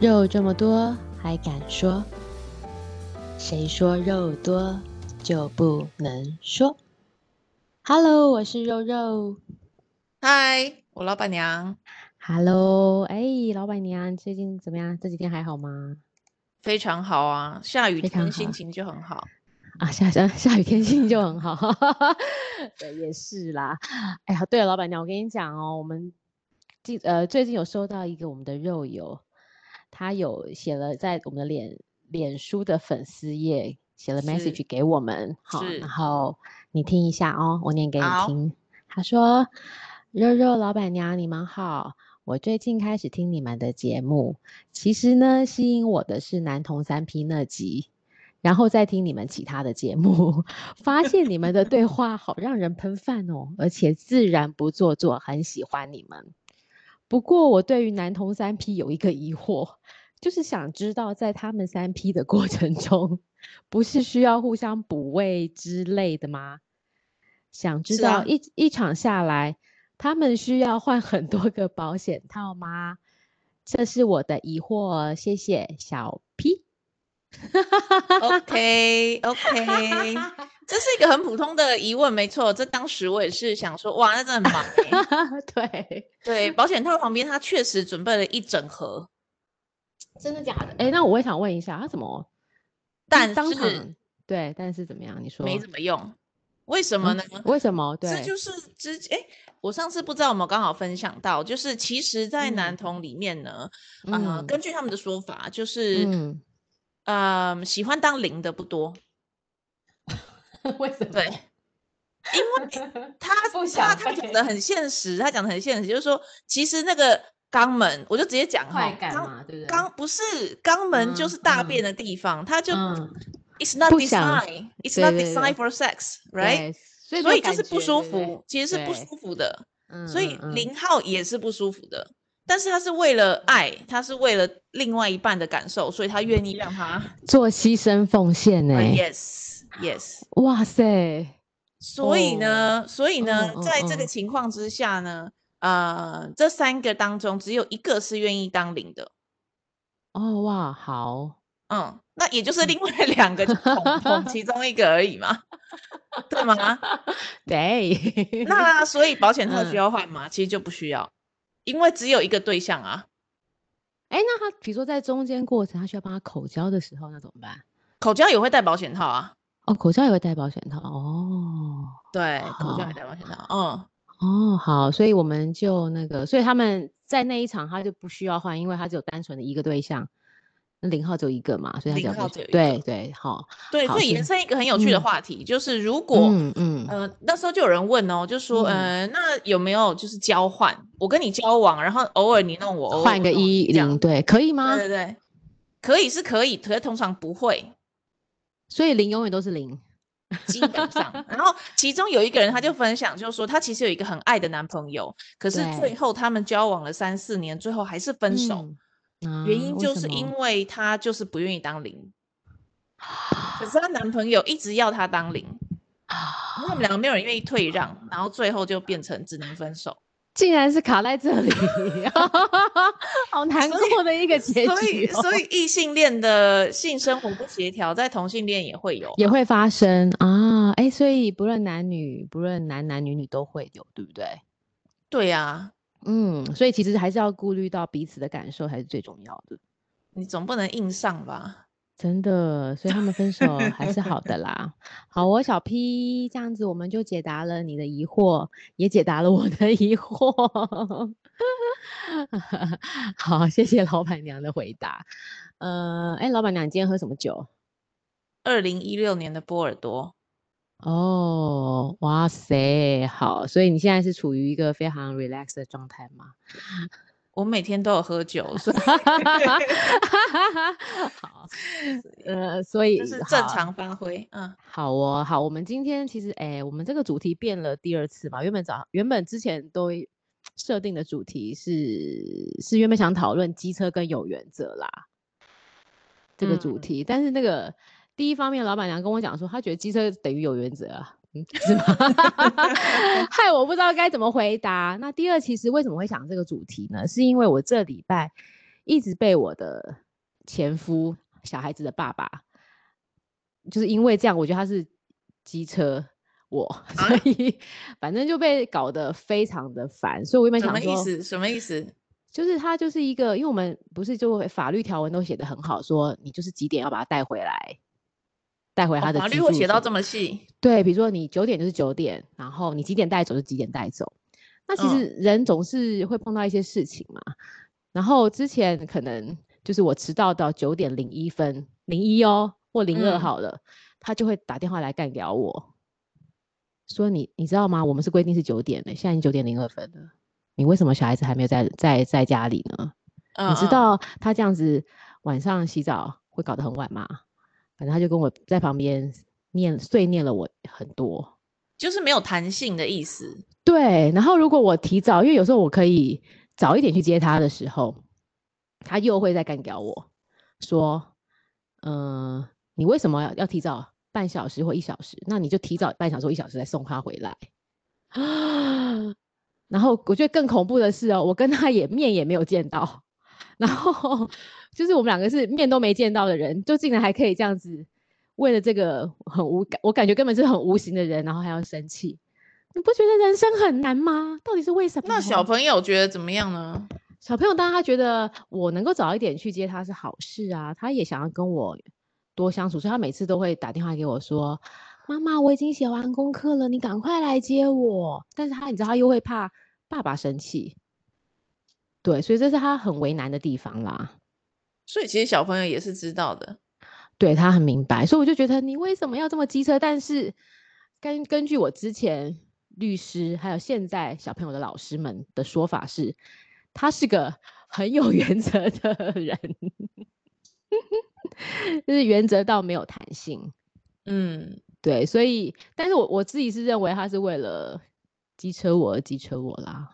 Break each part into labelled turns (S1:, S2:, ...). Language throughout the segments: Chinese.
S1: 肉这么多，还敢说？谁说肉多就不能说？Hello，我是肉肉。
S2: 嗨，我老板娘，
S1: Hello，哎，老板娘，最近怎么样？这几天还好吗？
S2: 非常好啊，下雨
S1: 非常
S2: 天
S1: 好
S2: 心情就 很好。
S1: 啊，下下下雨天气就很好， 对，也是啦。哎呀，对了，老板娘，我跟你讲哦，我们近呃最近有收到一个我们的肉友，他有写了在我们的脸脸书的粉丝页写了
S2: 是
S1: message 给我们，好，
S2: 是
S1: 然后你听一下哦，我念给你
S2: 好
S1: 听。他说：“肉肉老板娘，你们好。”我最近开始听你们的节目，其实呢，吸引我的是男童三 P 那集，然后再听你们其他的节目，发现你们的对话好让人喷饭哦，而且自然不做作，很喜欢你们。不过我对于男童三 P 有一个疑惑，就是想知道在他们三 P 的过程中，不是需要互相补位之类的吗？想知
S2: 是
S1: 道
S2: 啊
S1: 一、一场下来，他们需要换很多个保险套吗？这是我的疑惑，哦谢谢小 P。
S2: OK OK，这是一个很普通的疑问，没错。这当时我也是想说，哇，那真的很忙 欸
S1: 对，
S2: 对，保险套旁边他确实准备了一整盒，
S1: 真的假的？哎，那我也想问一下，他怎么？
S2: 但
S1: 当
S2: 是
S1: 场对，但是怎么样？你说
S2: 没怎么用。为什么
S1: 嗯
S2: 呢？
S1: 为什么？对，
S2: 这就是之哎，我上次不知道有没有刚好分享到，就是其实，在男
S1: 嗯
S2: 童里面呢，呃，
S1: 嗯
S2: 根据他们的说法，就是
S1: 嗯，
S2: 嗯，喜欢当零的不多，
S1: 为什么？
S2: 对，他
S1: 不
S2: 他
S1: 想
S2: 他讲
S1: 被
S2: 的很现实，他讲的很现实，就是说，其实那个肛门，我就直接讲
S1: 快
S2: 哈，
S1: 感
S2: 肛
S1: 嘛，对不对？
S2: 肛不是肛门就
S1: 嗯
S2: 是大
S1: 嗯
S2: 便的地方，它就
S1: 嗯，
S2: it's not
S1: 不想
S2: designed, it's
S1: 对
S2: not
S1: 对对
S2: designed for sex, right?
S1: 对所以
S2: 所
S1: 没
S2: 以
S1: 有
S2: 就
S1: 感
S2: 是
S1: 觉
S2: 不舒，
S1: 对不
S2: 服，其实是不
S1: 对
S2: 舒服的，
S1: 对
S2: 所以
S1: 嗯嗯
S2: 零号也是不舒服的。但是他是为了爱，他是为了另外一半的感受，所以他愿意让他、
S1: 嗯做牺牲奉献呢、
S2: 呃 yes yes。
S1: 哇塞，
S2: 所以
S1: 哦
S2: 呢，所以呢，
S1: 嗯嗯
S2: 在这个
S1: 嗯
S2: 情况之下呢，呃，这三个当中只有一个是愿意当零的，
S1: 哦哇，好，
S2: 嗯，那也就是
S1: 嗯
S2: 另外两个就捧捧其中一个而已嘛，对吗？
S1: 对，
S2: 那所以保险套
S1: 嗯
S2: 需要换吗？其实就不需要，因为只有一个对象啊，
S1: 哎，那他比如说在中间过程，他需要帮他口交的时候，那怎么办？
S2: 口交也会戴保险套啊，
S1: 哦，口交也会戴保险套哦。
S2: 对，口交也
S1: 好
S2: 戴保险套，嗯，
S1: 哦，好，所以我们就那个，所以他们在那一场他就不需要换，因为他只有单纯的一个对象，那零号只有一个嘛，所以他
S2: 零
S1: 讲
S2: 号
S1: 的
S2: 只有一
S1: 对
S2: 个
S1: 对，好，
S2: 对，
S1: 好
S2: 所以
S1: 是
S2: 延伸一个很有趣的
S1: 嗯
S2: 话题，就是如果
S1: 嗯嗯
S2: 呃，那时候就有人问哦，就说，
S1: 嗯
S2: 呃，那有没有就是交换？我跟你交往，然后偶尔你弄我，呃偶尔
S1: 换
S2: 我
S1: 个
S2: 弄你
S1: 一
S2: 这样
S1: 零，对，可以吗
S2: 对？对对，可以是可以，可是通常不会，
S1: 所以零永远都是零，
S2: 基本上。然后其中有一个人他就分享，就是说他其实有一个很爱的男朋友，可是最
S1: 对，
S2: 后他们交往了三四年，最后还是分手，
S1: 嗯
S2: 原
S1: 啊，
S2: 因
S1: 为
S2: 就
S1: 什
S2: 是因
S1: 么？
S2: 为她就是不愿意当零，可是她男朋友一直要她当零，然后他们两个没有人愿意退让，然后最后就变成只能分手。
S1: 竟然是卡在这 里，好难
S2: 所以
S1: 过的一个 结
S2: 所以，
S1: 局哦，
S2: 所以异性恋的性生活不协调，在同性恋也会有
S1: 也
S2: 啊。
S1: 会发生啊，哎，所以不论男女，不论男男女女都会有，对不对？
S2: 对啊呀、
S1: 嗯，所以其实还是要顾虑到彼此的感受才是最重要的，
S2: 你总不能硬上吧？
S1: 真的。所以他们分手还是好的 啦。好哦，小 P，这样子我们就解答了你的疑惑，也解答了我的疑惑。 好，谢谢老板娘的回答。呃，哎，老板娘，你今天喝什么酒？
S2: 二零一六年的波尔多，
S1: 哦，哇塞，好，所以你现在是处于一个非常 relax 的状态吗？
S2: 我每天都有喝酒，所以
S1: 好，呃，所 以
S2: 就是正
S1: 好，
S2: 常发挥。嗯，
S1: 好哦，好，我们今天其实，哎，我们这个主题变了第二次嘛，原本早，原本之前都一设定的主题是是原本想讨论机车跟有缘者啦这个主
S2: 嗯，
S1: 题，但是那个第一方面，老板娘跟我讲说，她觉得机车等于有缘者啊。嗯，是 吗？ 害我不知道该怎么回答。那第二，其实为什么会想这个主题呢？是因为我这礼拜一直被我的前夫小孩子的爸爸，就是因为这样，我觉得他是机车我， 所
S2: 啊
S1: 以反正就被搞得非常的烦，所以我原本
S2: 什
S1: 想
S2: 么意
S1: 说，
S2: 思？什么意思？
S1: 就是他就是一个，因为我们不是就会法律条文都写得很好，说你就是几点要把他带回来，带回
S2: 哦
S1: 他的
S2: 法
S1: 居
S2: 律会
S1: 住
S2: 写到
S1: 所
S2: 这么细，
S1: 对，比如说你九点就是九点，然后你几点带走就几点带走。那其
S2: 嗯
S1: 实人总是会碰到一些事情嘛。然后之前可能就是我迟到到九点零一分，零一哦或零二
S2: 嗯
S1: 好了，他就会打电话来干掉我，说你你知道吗？我们是规定是九点的、现在已经九点零二分了，你为什么小孩子还没有在在在家里呢？
S2: 嗯
S1: 你知
S2: 嗯
S1: 道他这样子晚上洗澡会搞得很晚吗？反正他就跟我在旁边念碎念了我很多。
S2: 就是没有弹性的意思。
S1: 对，然后如果我提早，因为有时候我可以早一点去接他的时候，他又会再干掉我，说，嗯、你为什么要要提早半小时或一小时？那你就提早半小时或一小时再送他回来。 然后我觉得更恐怖的是哦，我跟他也面也没有见到， 然后就是我们两个是面都没见到的人，就竟然还可以这样子，为了这个很无感，我感觉根本是很无形的人，然后还要生气，你不觉得人生很难吗？到底是为什么？
S2: 那小朋友觉得怎么样呢？
S1: 小朋友当然他觉得我能够早一点去接他是好事啊，他也想要跟我多相处，所以他每次都会打电话给我说：“妈妈，我已经写完功课了，你赶快来接我。”但是他你知道他又会怕爸爸生气，对，所以这是他很为难的地方啦。
S2: 所以其实小朋友也是知道的，
S1: 对他很明白，所以我就觉得你为什么要这么机车？但是根根据我之前律师还有现在小朋友的老师们的说法是，他是个 很有原则的人， 就是原则到没有弹性。
S2: 嗯，
S1: 对，所以但是我我自己是认为他是为了机车我而机车我啦。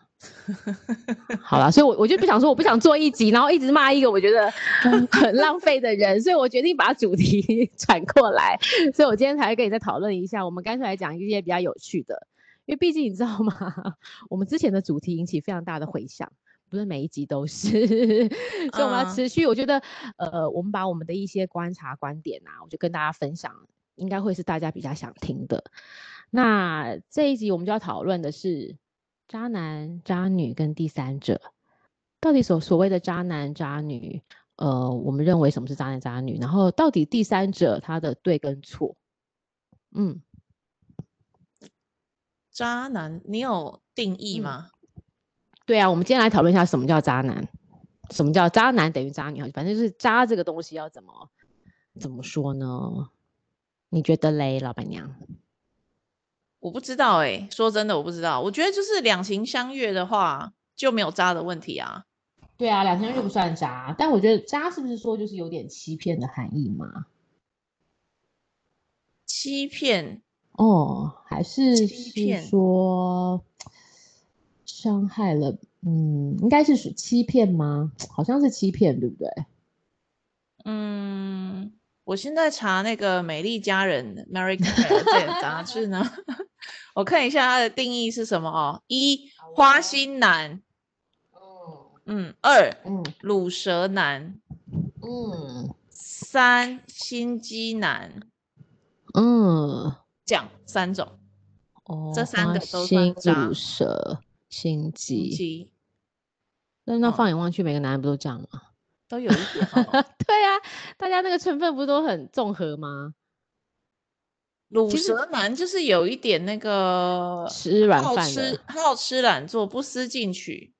S1: 好啦，所以我，我就不想说，我不想做一集，然后一直骂一个我觉得很浪费的人，所以我决定把主题 转过来。所以我今天才会跟你再讨论一下，我们干脆来讲一些比较有趣的，因为毕竟你知道吗？我们之前的主题引起非常大的回响，不是每一集都是， 所以我们要
S2: 嗯
S1: 持续。我觉得，呃，我们把我们的一些观察观点啊，我就跟大家分享，应该会是大家比较想听的。那这一集我们就要讨论的是渣男、渣女跟第三者，到底所所谓的渣男、渣女，呃，我们认为什么是渣男、渣女，然后到底第三者他的对跟错，嗯，
S2: 渣男，你有定义
S1: 嗯
S2: 吗？
S1: 对啊，我们今天来讨论一下什么叫渣男，什么叫渣男等于渣女，反正就是渣这个东西要怎么怎么说呢？你觉得嘞，老板娘？
S2: 我不知道哎、说真的，我不知道。我觉得就是两情相悦的话，就没有渣的问题啊。
S1: 对啊，两千就不算渣，但我觉得渣是不是说就是有点欺骗的含义嘛？
S2: 欺骗，
S1: 哦，还是
S2: 欺
S1: 是
S2: 骗
S1: 说伤害了，嗯，应该是属欺骗吗？好像是欺骗，对不对？
S2: 嗯，我现在查那个《美丽佳人》（Married Couple） 这个杂志呢， 我看一下它的定义是什么哦：一花心男，嗯，二
S1: 嗯
S2: 乳蛇男，
S1: 嗯
S2: 三心机男，
S1: 嗯，
S2: 这样三种
S1: 哦，
S2: 这三
S1: 花
S2: 个都算
S1: 心、
S2: 渣
S1: 乳蛇、心
S2: 心
S1: 机，
S2: 机
S1: 那那
S2: 嗯
S1: 放眼望去，每个男人不都这样 吗？。
S2: 都有一点、 哦
S1: 对啊，大家那个成分不是都很综合吗？
S2: 乳
S1: 其实
S2: 蛇男就是有一点那个
S1: 呃吃软
S2: 好
S1: 饭
S2: 吃
S1: 的
S2: 好吃懒做、不思进取，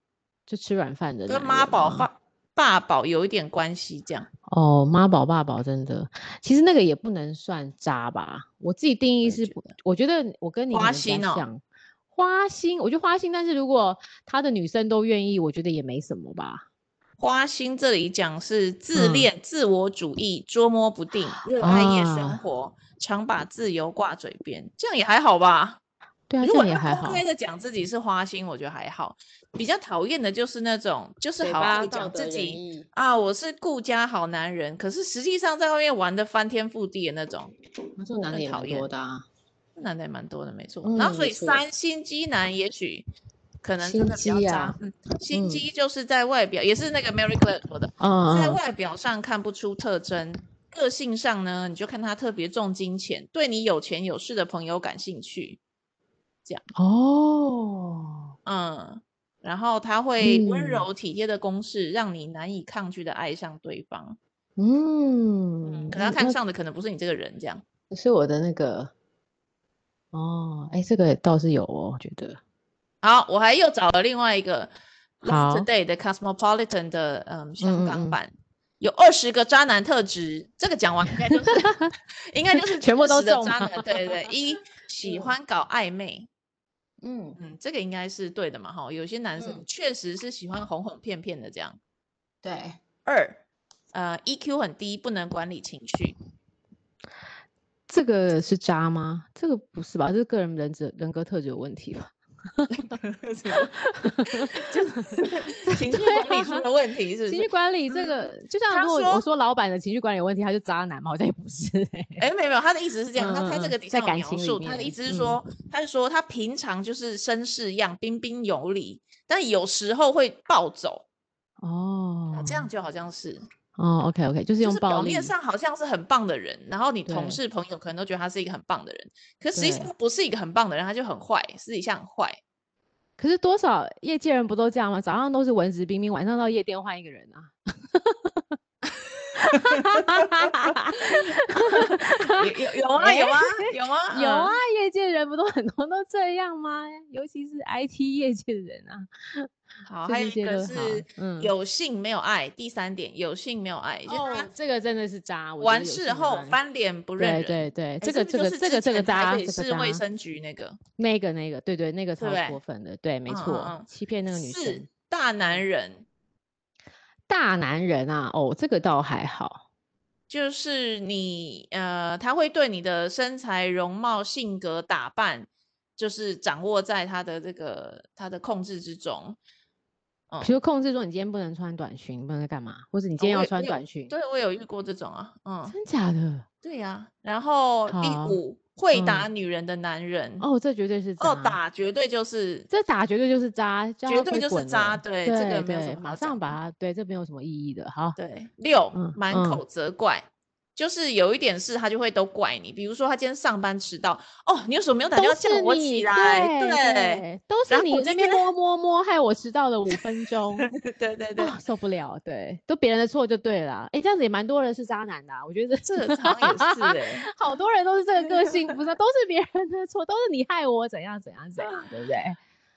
S1: 就吃软饭的
S2: 跟
S1: 男
S2: 妈
S1: 人
S2: 宝
S1: 吗
S2: 爸爸宝有一点关系，这样。
S1: 哦，妈宝爸宝真的，其实那个也不能算渣吧。我自己定
S2: 我
S1: 义
S2: 也
S1: 是
S2: 觉
S1: 不，我觉得我跟你
S2: 花
S1: 可能比
S2: 心
S1: 较
S2: 哦
S1: 像花心，我觉得花心，但是如果他的女生都愿意，我觉得也没什么吧。
S2: 花心这里讲是自
S1: 嗯
S2: 恋、自我主义、捉摸不定、热爱夜
S1: 啊
S2: 生活，常把自由挂嘴边，这样也还好吧？
S1: 对啊，
S2: 如
S1: 这
S2: 果
S1: 样也
S2: 他
S1: 还
S2: 公
S1: 好。
S2: 开的讲自己是花心，我觉得还好。比较讨厌的就是那种，就是
S1: 嘴
S2: 好
S1: 巴道
S2: 爱讲
S1: 德
S2: 自
S1: 仁
S2: 己
S1: 义，
S2: 啊，我是顾家好男人，可是实际上在外面玩的翻天覆地的那种，
S1: 那这种男
S2: 很
S1: 的也
S2: 讨
S1: 蛮
S2: 厌
S1: 多的啊。
S2: 男的也蛮多的，没错。
S1: 嗯
S2: 然后所
S1: 没
S2: 以
S1: 错
S2: 三心机男也许可能真的比较
S1: 心机
S2: 渣。
S1: 啊
S2: 嗯，心机就是在外表，也是那个 Mary Claire 说的，
S1: 嗯
S2: 在
S1: 嗯
S2: 外表上看不出特征，个性上呢，你就看他特别重金钱，对你有钱有势的朋友感兴趣，
S1: 哦，
S2: 嗯，然后他会温
S1: 嗯
S2: 柔体贴的攻势，让你难以抗拒的爱上对方。
S1: 嗯，
S2: 嗯，可他
S1: 嗯
S2: 看
S1: 那
S2: 上的可能不是你这个人，这样。
S1: 是我的那个哦，哎，这个倒是有哦，我觉得
S2: 好，我还又找了另外一个
S1: 好
S2: Love Today 的 Cosmopolitan 的嗯香
S1: 嗯嗯
S2: 港
S1: 嗯
S2: 版，有二十个渣男特质。这个讲完应该就是 应该就是
S1: 全部
S2: 真
S1: 都
S2: 实的
S1: 中
S2: 渣
S1: 吗
S2: 男。对对，对 一喜
S1: 嗯
S2: 欢搞暧昧，
S1: 嗯
S2: 嗯，这个应该是对的嘛哈。有些男生
S1: 嗯
S2: 确实是喜欢哄哄骗骗的这样。
S1: 对，
S2: 二，呃，EQ 很低，不能管理情绪。
S1: 这个是渣吗？这个不是吧？这是个人人格人格特质有问题吧？
S2: 什么 就是情绪管理出了问题，是 不
S1: 情绪
S2: 是？
S1: 管理这
S2: 嗯
S1: 个，就像
S2: 他
S1: 如果我
S2: 说
S1: 说老板的情绪管理有问题，他就渣男嘛？好像也不是欸
S2: 哎，没有没有，他的意思是这样，他他
S1: 嗯嗯嗯
S2: 这个底
S1: 在
S2: 下有
S1: 感
S2: 描
S1: 情里
S2: 述，他的意
S1: 面嗯
S2: 思是说，他是说他平常就是绅士样彬彬有礼，但有时候会暴走，
S1: 哦
S2: 啊，这样就好像是，
S1: 哦，OK OK，就是
S2: 就
S1: 用嗯
S2: 是
S1: 暴
S2: 表
S1: 力
S2: 面上好像是很棒的人，然后你同
S1: 对
S2: 事朋友可能都觉得他是一个很棒的人，可实际上
S1: 对
S2: 他不是一个很棒的人，他就很坏，私底下很坏。
S1: 可是多少业界人不都这样吗？早上都是文质彬彬，晚上到夜店换一个人啊。
S2: 有有有啊 有啊有啊
S1: 哎有
S2: 嗯
S1: 啊，业界人不都很多都这样吗？尤其是 IT 业界的人啊，
S2: 好，
S1: 这
S2: 还有
S1: 世
S2: 一
S1: 界
S2: 个
S1: 都好
S2: 是
S1: 嗯
S2: 有性没有爱，第三点有性没有爱，就是
S1: 哦
S2: 他，
S1: 这个真的是渣。我觉
S2: 完
S1: 得有
S2: 事
S1: 性
S2: 后
S1: 爱
S2: 翻脸不认
S1: 对
S2: 人。
S1: 对对，
S2: 哎
S1: 这个
S2: 不
S1: 这
S2: 就
S1: 个
S2: 是
S1: 这
S2: 之
S1: 个这个
S2: 前台
S1: 渣，
S2: 北
S1: 这个
S2: 市
S1: 渣，
S2: 卫生局那个
S1: 那个那个，对对，那个
S2: 对
S1: 超
S2: 不对
S1: 过分的，对，没
S2: 嗯嗯
S1: 错
S2: 嗯，
S1: 欺骗那个女
S2: 是
S1: 生，
S2: 大男人，
S1: 大男人啊，哦，这个倒还好，
S2: 就是你呃，他会对你的身材、容貌、性格、打扮，就是掌握在他的这个他的控制之中。嗯，
S1: 比如控制说你今天不能穿短裙，不能干嘛，或者你今天
S2: 哦我
S1: 要穿
S2: 有我有
S1: 短裙，
S2: 对我有遇过这种啊，嗯，
S1: 真假的？
S2: 对呀、然后第
S1: 好
S2: 五，会
S1: 嗯
S2: 打女人的男人，
S1: 哦，这绝对是
S2: 哦，
S1: 渣，
S2: 打绝对就是
S1: 这打绝对就是渣，叫
S2: 绝
S1: 他
S2: 对
S1: 快
S2: 就是
S1: 滚
S2: 渣
S1: 了
S2: 对
S1: 对，
S2: 这个没有什
S1: 对
S2: 么
S1: 马
S2: 好
S1: 上
S2: 讲
S1: 把它，对，这没有什么意义的， 好，
S2: 对，六
S1: 嗯
S2: 满
S1: 嗯
S2: 口责怪，就是有一点事他就会都怪你，比如说他今天上班迟到，哦，你为什么没有打
S1: 都
S2: 电话叫
S1: 是
S2: 我
S1: 你
S2: 起来？对
S1: 对，都
S2: 然
S1: 是
S2: 后
S1: 你
S2: 我
S1: 那
S2: 今
S1: 边
S2: 天
S1: 摸摸摸，害我迟到了五分钟。
S2: 对 对对，
S1: 啊，受不了，对，都别人的错就对了。哎，这样子也蛮多人是渣男的啊、我觉得
S2: 这好 像也是哎、
S1: 好多人都是这个个性，不是啊都是别人的错，都是你害我怎样怎样怎样，对不对？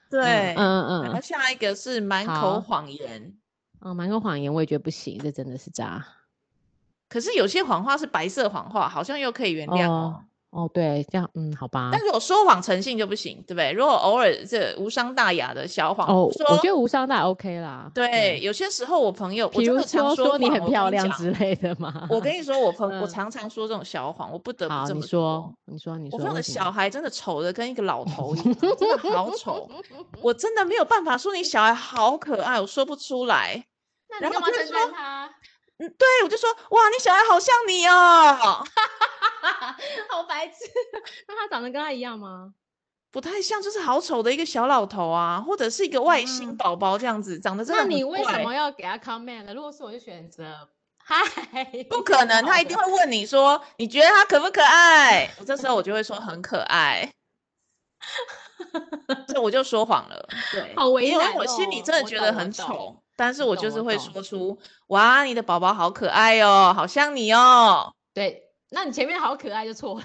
S2: 对，
S1: 嗯嗯
S2: 然后
S1: 嗯
S2: 下一个是满口
S1: 好
S2: 谎言，
S1: 嗯，满口谎言我也觉得不行，这真的是渣。
S2: 可是有些谎话是白色谎话，好像又可以原谅哦
S1: 哦哦，对，这样嗯，好吧
S2: 但。如果说谎成性就不行，对不对？如果偶尔这无伤大雅的小谎，
S1: 哦，
S2: 说
S1: 我觉得无伤大 OK 啦。
S2: 对，，有些时候我朋友，我
S1: 比
S2: 真
S1: 如
S2: 的常
S1: 说说你
S2: 谎
S1: 很
S2: 我跟
S1: 漂亮
S2: 讲
S1: 之类的嘛。
S2: 我跟你说，我朋我
S1: 嗯
S2: 常常说这种小谎，我不得不
S1: 好，
S2: 这
S1: 你
S2: 么
S1: 说，你说，你
S2: 我
S1: 说，
S2: 朋友的
S1: 为什
S2: 小
S1: 么
S2: 孩真的丑的跟一个老头一样，真的好丑，我真的没有办法说你小孩好可爱，我说不出来。
S1: 那
S2: 然
S1: 你
S2: 后
S1: 干嘛
S2: 就
S1: 称
S2: 是
S1: 赞
S2: 说
S1: 他？
S2: 嗯，对，我就说哇，你小孩好像你哦，
S1: 好白痴！ 那他长得跟他一样吗？
S2: 不太像，就是好丑的一个小老头啊，或者是一个外星
S1: 嗯
S2: 宝宝这样子，长得真的
S1: 那
S2: 很
S1: 你为什
S2: 怪
S1: 么要给他 comment 呢？如果是我就选择 嗨，
S2: 不可能，他一定会问你说你觉得他可不可爱？我这时候我就会说很可爱。这我就说谎 了，对，
S1: 好为
S2: 因为
S1: 难
S2: 我心里
S1: 哦
S2: 真的
S1: 我
S2: 觉
S1: 懂
S2: 得
S1: 我
S2: 很
S1: 懂
S2: 丑，但是
S1: 我
S2: 我
S1: 懂
S2: 就
S1: 我
S2: 是会
S1: 懂
S2: 说出哇，你的宝宝好可爱哦，好像你哦，
S1: 对。那你前面好可爱就错了，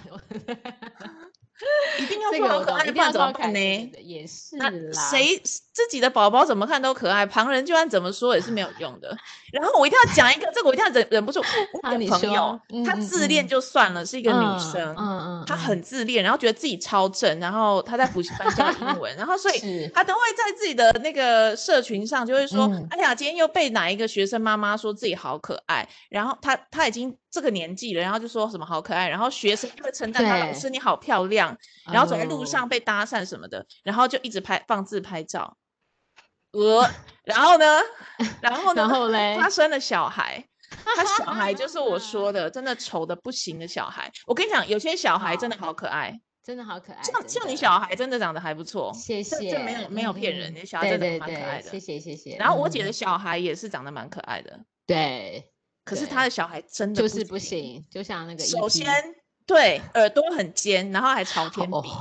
S2: 一定 要
S1: 这个
S2: 说好
S1: 我
S2: 可
S1: 懂，
S2: 爱，
S1: 一
S2: 不
S1: 定要
S2: 然怎么
S1: 说可爱
S2: 办
S1: 对
S2: 呢
S1: 对？对也是
S2: 那
S1: 啦。
S2: 谁自己的宝宝怎么看都可爱，旁人就算怎么说也是没有用的。然后我一定要讲一个，这个我一定要忍忍不住。我
S1: 好
S2: 有
S1: 你
S2: 朋友
S1: 说，嗯
S2: 她
S1: 嗯
S2: 自恋
S1: 嗯
S2: 就算了，是一
S1: 一
S2: 个女生，
S1: 嗯嗯，
S2: 她
S1: 嗯
S2: 很自恋，然后觉得自己超正，然后她在补习班教英文， 然后所以
S1: 是
S2: 她都会在自己的那个社群上就会说，
S1: 嗯
S2: 哎呀，今天又被哪一个学生妈妈说自己好可爱，然后她她已经这个年纪了，然后就说什么好可爱，然后学生就会称赞她老
S1: 对
S2: 师你好漂亮，然后走在路
S1: 哦
S2: 上被搭讪什么的，然后就一直拍放自拍照，呃，然后 呢，然后呢，
S1: 然后嘞，
S2: 他生了小孩， 他小孩就是我说的，真的丑的不行的小孩。我跟你讲，有些小孩真的好可爱，
S1: 真的好可爱。
S2: 像像
S1: 哦哎真
S2: 你
S1: 的
S2: 小孩真的长得还不错，
S1: 谢
S2: 这
S1: 谢，
S2: 这没有没有骗人，
S1: 嗯
S2: 你
S1: 嗯
S2: 小孩真的
S1: 对对
S2: 蛮可爱
S1: 对，
S2: 的
S1: 谢。谢谢谢。
S2: 然后我姐的
S1: 嗯
S2: 小孩也是长得蛮可爱的，
S1: 对，
S2: 可是
S1: 对
S2: 她的小孩真的
S1: 就是不
S2: 不行。
S1: 行，就像那个
S2: 首
S1: EP
S2: 先，对耳朵很尖，然后还朝天
S1: 哦
S2: 鼻，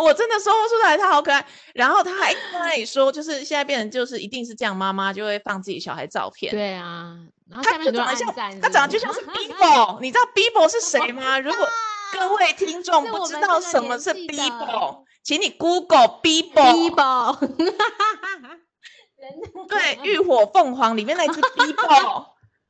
S2: 我真的说不出来，他好可爱。然后他还跟那里说，就是现在变成就是一定是这样，妈妈就会放自己小孩照片。
S1: 对啊，然后
S2: 他
S1: 下面
S2: 就
S1: 很多人
S2: 长得像
S1: 按赞
S2: 他
S1: 是不
S2: 长得就是像是 Bibo，你知道 Bibo 是 谁吗？如果各位听众
S1: 是
S2: 不
S1: 我
S2: 知
S1: 们
S2: 道
S1: 这个
S2: 什么
S1: 年
S2: 是
S1: 纪的
S2: Bibo，请你 Google Bibo。
S1: Bibo，真的
S2: 对，《浴火凤凰》里 面那只 Bibo，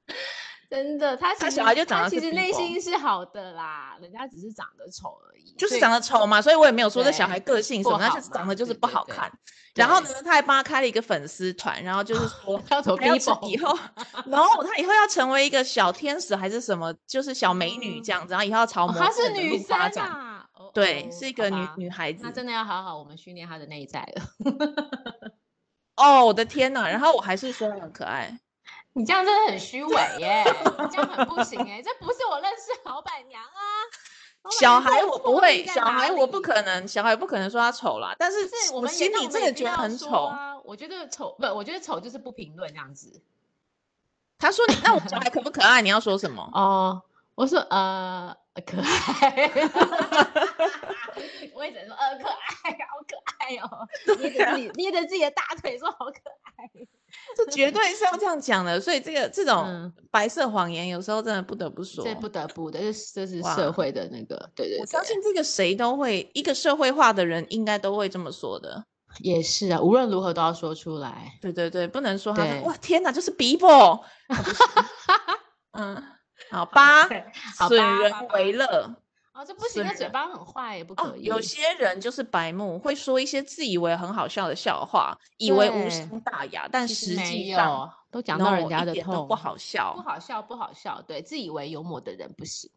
S1: 真的，他
S2: 他
S1: 其实
S2: 小孩就长
S1: 他
S2: 得
S1: 其
S2: 是
S1: 实内
S2: Bibo
S1: 心是好的啦，人家只是长得丑而已，
S2: 就是
S1: 所以
S2: 长得丑嘛，所以我也没有说这小
S1: 对
S2: 孩个性什
S1: 不
S2: 么，他
S1: 好
S2: 就是长
S1: 嘛
S2: 得就是
S1: 对
S2: 不
S1: 对
S2: 好
S1: 对
S2: 看。然后呢
S1: 对，
S2: 他还帮他开了一个粉丝团，然 后就是说
S1: 叫做
S2: 还要成
S1: Bibo
S2: 以后， 然后他以后要成为一个小天使还是什么，就是小美女这样子，然后以后要朝
S1: 哦
S2: 魔
S1: 她是
S2: 性的
S1: 女
S2: 路
S1: 生
S2: 发展。
S1: 啊，哦
S2: 对，
S1: 哦
S2: 是一
S1: 好
S2: 个女
S1: 吧
S2: 女孩子
S1: 那。真的要好好我们训练她的内在了。
S2: 哦，我的天呐！然后我还是说她很可爱，
S1: 你这样真的很虚伪耶，你这样很不行哎，这不是我认识老板娘啊。老板
S2: 小
S1: 娘这
S2: 孩
S1: 个
S2: 我不
S1: 魄
S2: 会，
S1: 力在
S2: 小
S1: 哪
S2: 孩我不
S1: 里
S2: 可能，小孩不可能说她丑啦。但是
S1: 不是我
S2: 我
S1: 们
S2: 心里真的觉得很丑。
S1: 啊。我觉得丑不，我觉得丑就是不评论这样子。
S2: 他说你，那我小孩可不可爱？你要说什么？
S1: 哦，我说呃可爱， 我也只能说呃可爱，好可爱哦，捏着自己捏着自己的大腿说好可爱。
S2: 这绝对是要这样讲的，所以这个这种
S1: 嗯
S2: 白色谎言有时候真的不得不哦说。
S1: 这不得不的，这是这是
S2: 哇
S1: 社会的那个，对对对，
S2: 我相信这个谁都会，一个社会化的人应该都会这么说的。
S1: 也是啊，无论如何都要说出来。
S2: 对对对，不能说他
S1: 对
S2: 说哇天哪，就是 Bibo，啊不 行嗯，好吧，
S1: 好
S2: 损
S1: 吧
S2: 人
S1: 好吧
S2: 为乐。
S1: 哦，这不行，
S2: 损
S1: 那嘴
S2: 人
S1: 巴很坏，不
S2: 哦
S1: 可，以。
S2: 有些人就是白目，会说一些自以为很好笑的笑话，以为无
S1: 对
S2: 伤大雅，但
S1: 其
S2: 实
S1: 没
S2: 际
S1: 有
S2: 上
S1: 都讲
S2: no，
S1: 到人
S2: 一
S1: 家的
S2: 点都
S1: 痛，
S2: 不好笑
S1: 不。好笑，不好笑。对自以为幽默的人不行。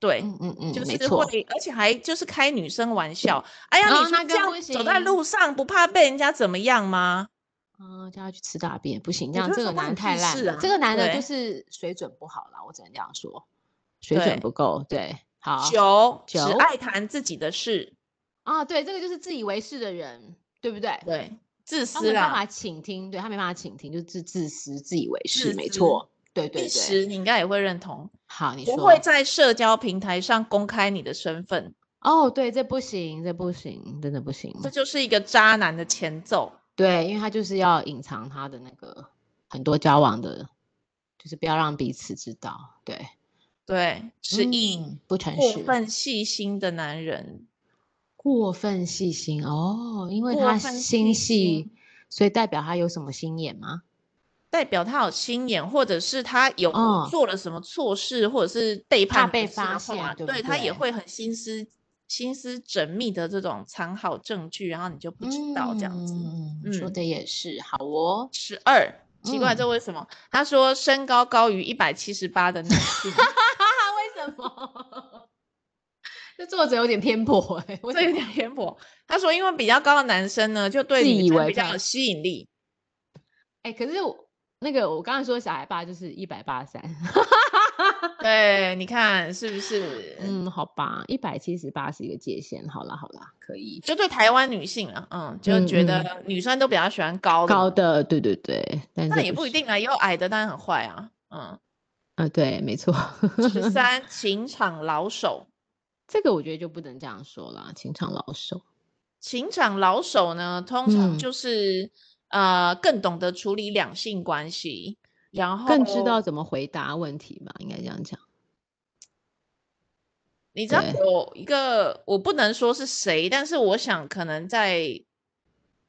S2: 对，
S1: 嗯嗯嗯，
S2: 就
S1: 没
S2: 是
S1: 错。
S2: 会，而且还就是开女生玩笑。哎呀，
S1: 哦
S2: 你说
S1: 那
S2: 这
S1: 更
S2: 样
S1: 不
S2: 走在
S1: 行
S2: 路上不怕被人家怎么样吗？
S1: 嗯，叫他去吃大便，不行，这
S2: 我
S1: 样
S2: 就
S1: 这
S2: 说
S1: 个
S2: 关
S1: 男
S2: 你
S1: 太
S2: 屁
S1: 烂
S2: 事
S1: 了，这
S2: 啊
S1: 个男的
S2: 对
S1: 就是水准不好啦，我只能这样说，水准
S2: 对
S1: 不够，对，好
S2: 九只
S1: 九
S2: 爱谈自己的事，
S1: 啊，对，这个就是自以为是的人，对不对？
S2: 对，自
S1: 他
S2: 私
S1: 没办
S2: 啦
S1: 法。倾听，对他没办法倾听，就是自自私、自以为
S2: 自
S1: 是，没
S2: 私
S1: 错，对对对。
S2: 第十，你应该也会认同，
S1: 好，你
S2: 不
S1: 说
S2: 会在社交平台上公开你的身份，
S1: 哦，对，这不行，这不行，真的不行，
S2: 这就是一个渣男的前奏。
S1: 对，因为他就是要隐藏他的那个很多交往的，就是不要让彼此知道，对，
S2: 对，十一、
S1: 嗯不诚
S2: 过
S1: 实。
S2: 分细心的男人，
S1: 过分细心哦，因为
S2: 过
S1: 他
S2: 分
S1: 心
S2: 细
S1: 细，所以代表他有什么心眼吗？
S2: 代表他有心眼，或者是他有
S1: 嗯
S2: 做了什么错事，或者是背
S1: 怕
S2: 叛
S1: 被
S2: 人士的
S1: 发
S2: 话
S1: 现对不
S2: 对他也
S1: 对
S2: 会很心思心思缜密的这种藏好证据，然后你就不知道这样子。
S1: 嗯，说
S2: 嗯
S1: 的也是，好哦。
S2: 十二、奇
S1: 嗯
S2: 怪，这为什么？他说身高高于一百七十八的男性，
S1: 为什么？ 这作者有点偏颇哎、我
S2: 这有点偏颇。他说，因为比较高的男生呢，就对
S1: 自
S2: 女
S1: 以
S2: 生
S1: 为
S2: 比较
S1: 在
S2: 有吸引力。
S1: 哎、可是我那个我刚才说小孩爸就是一百八三，
S2: 对，你看是不是？
S1: 嗯，好吧，一百七十八是一个界限，好啦好啦，可以。
S2: 就对台湾女性啊，嗯，就
S1: 嗯
S2: 觉
S1: 嗯
S2: 得女生都比较喜欢高的嘛
S1: 高的，对对对，但
S2: 那
S1: 这
S2: 也不一
S1: 是
S2: 定啊，也有矮的，当然很坏啊。 嗯，
S1: 啊，对，没错。
S2: 十三，情场老手，
S1: 这个我觉得就不能这样说啦，情场老手。
S2: 情场老手呢，通常
S1: 嗯
S2: 就是、呃更懂得处理两性关系，然后
S1: 更知道怎么回答问题吧，应该这样讲。
S2: 你知道
S1: 对
S2: 有一个我不能说是谁，但是我想可能在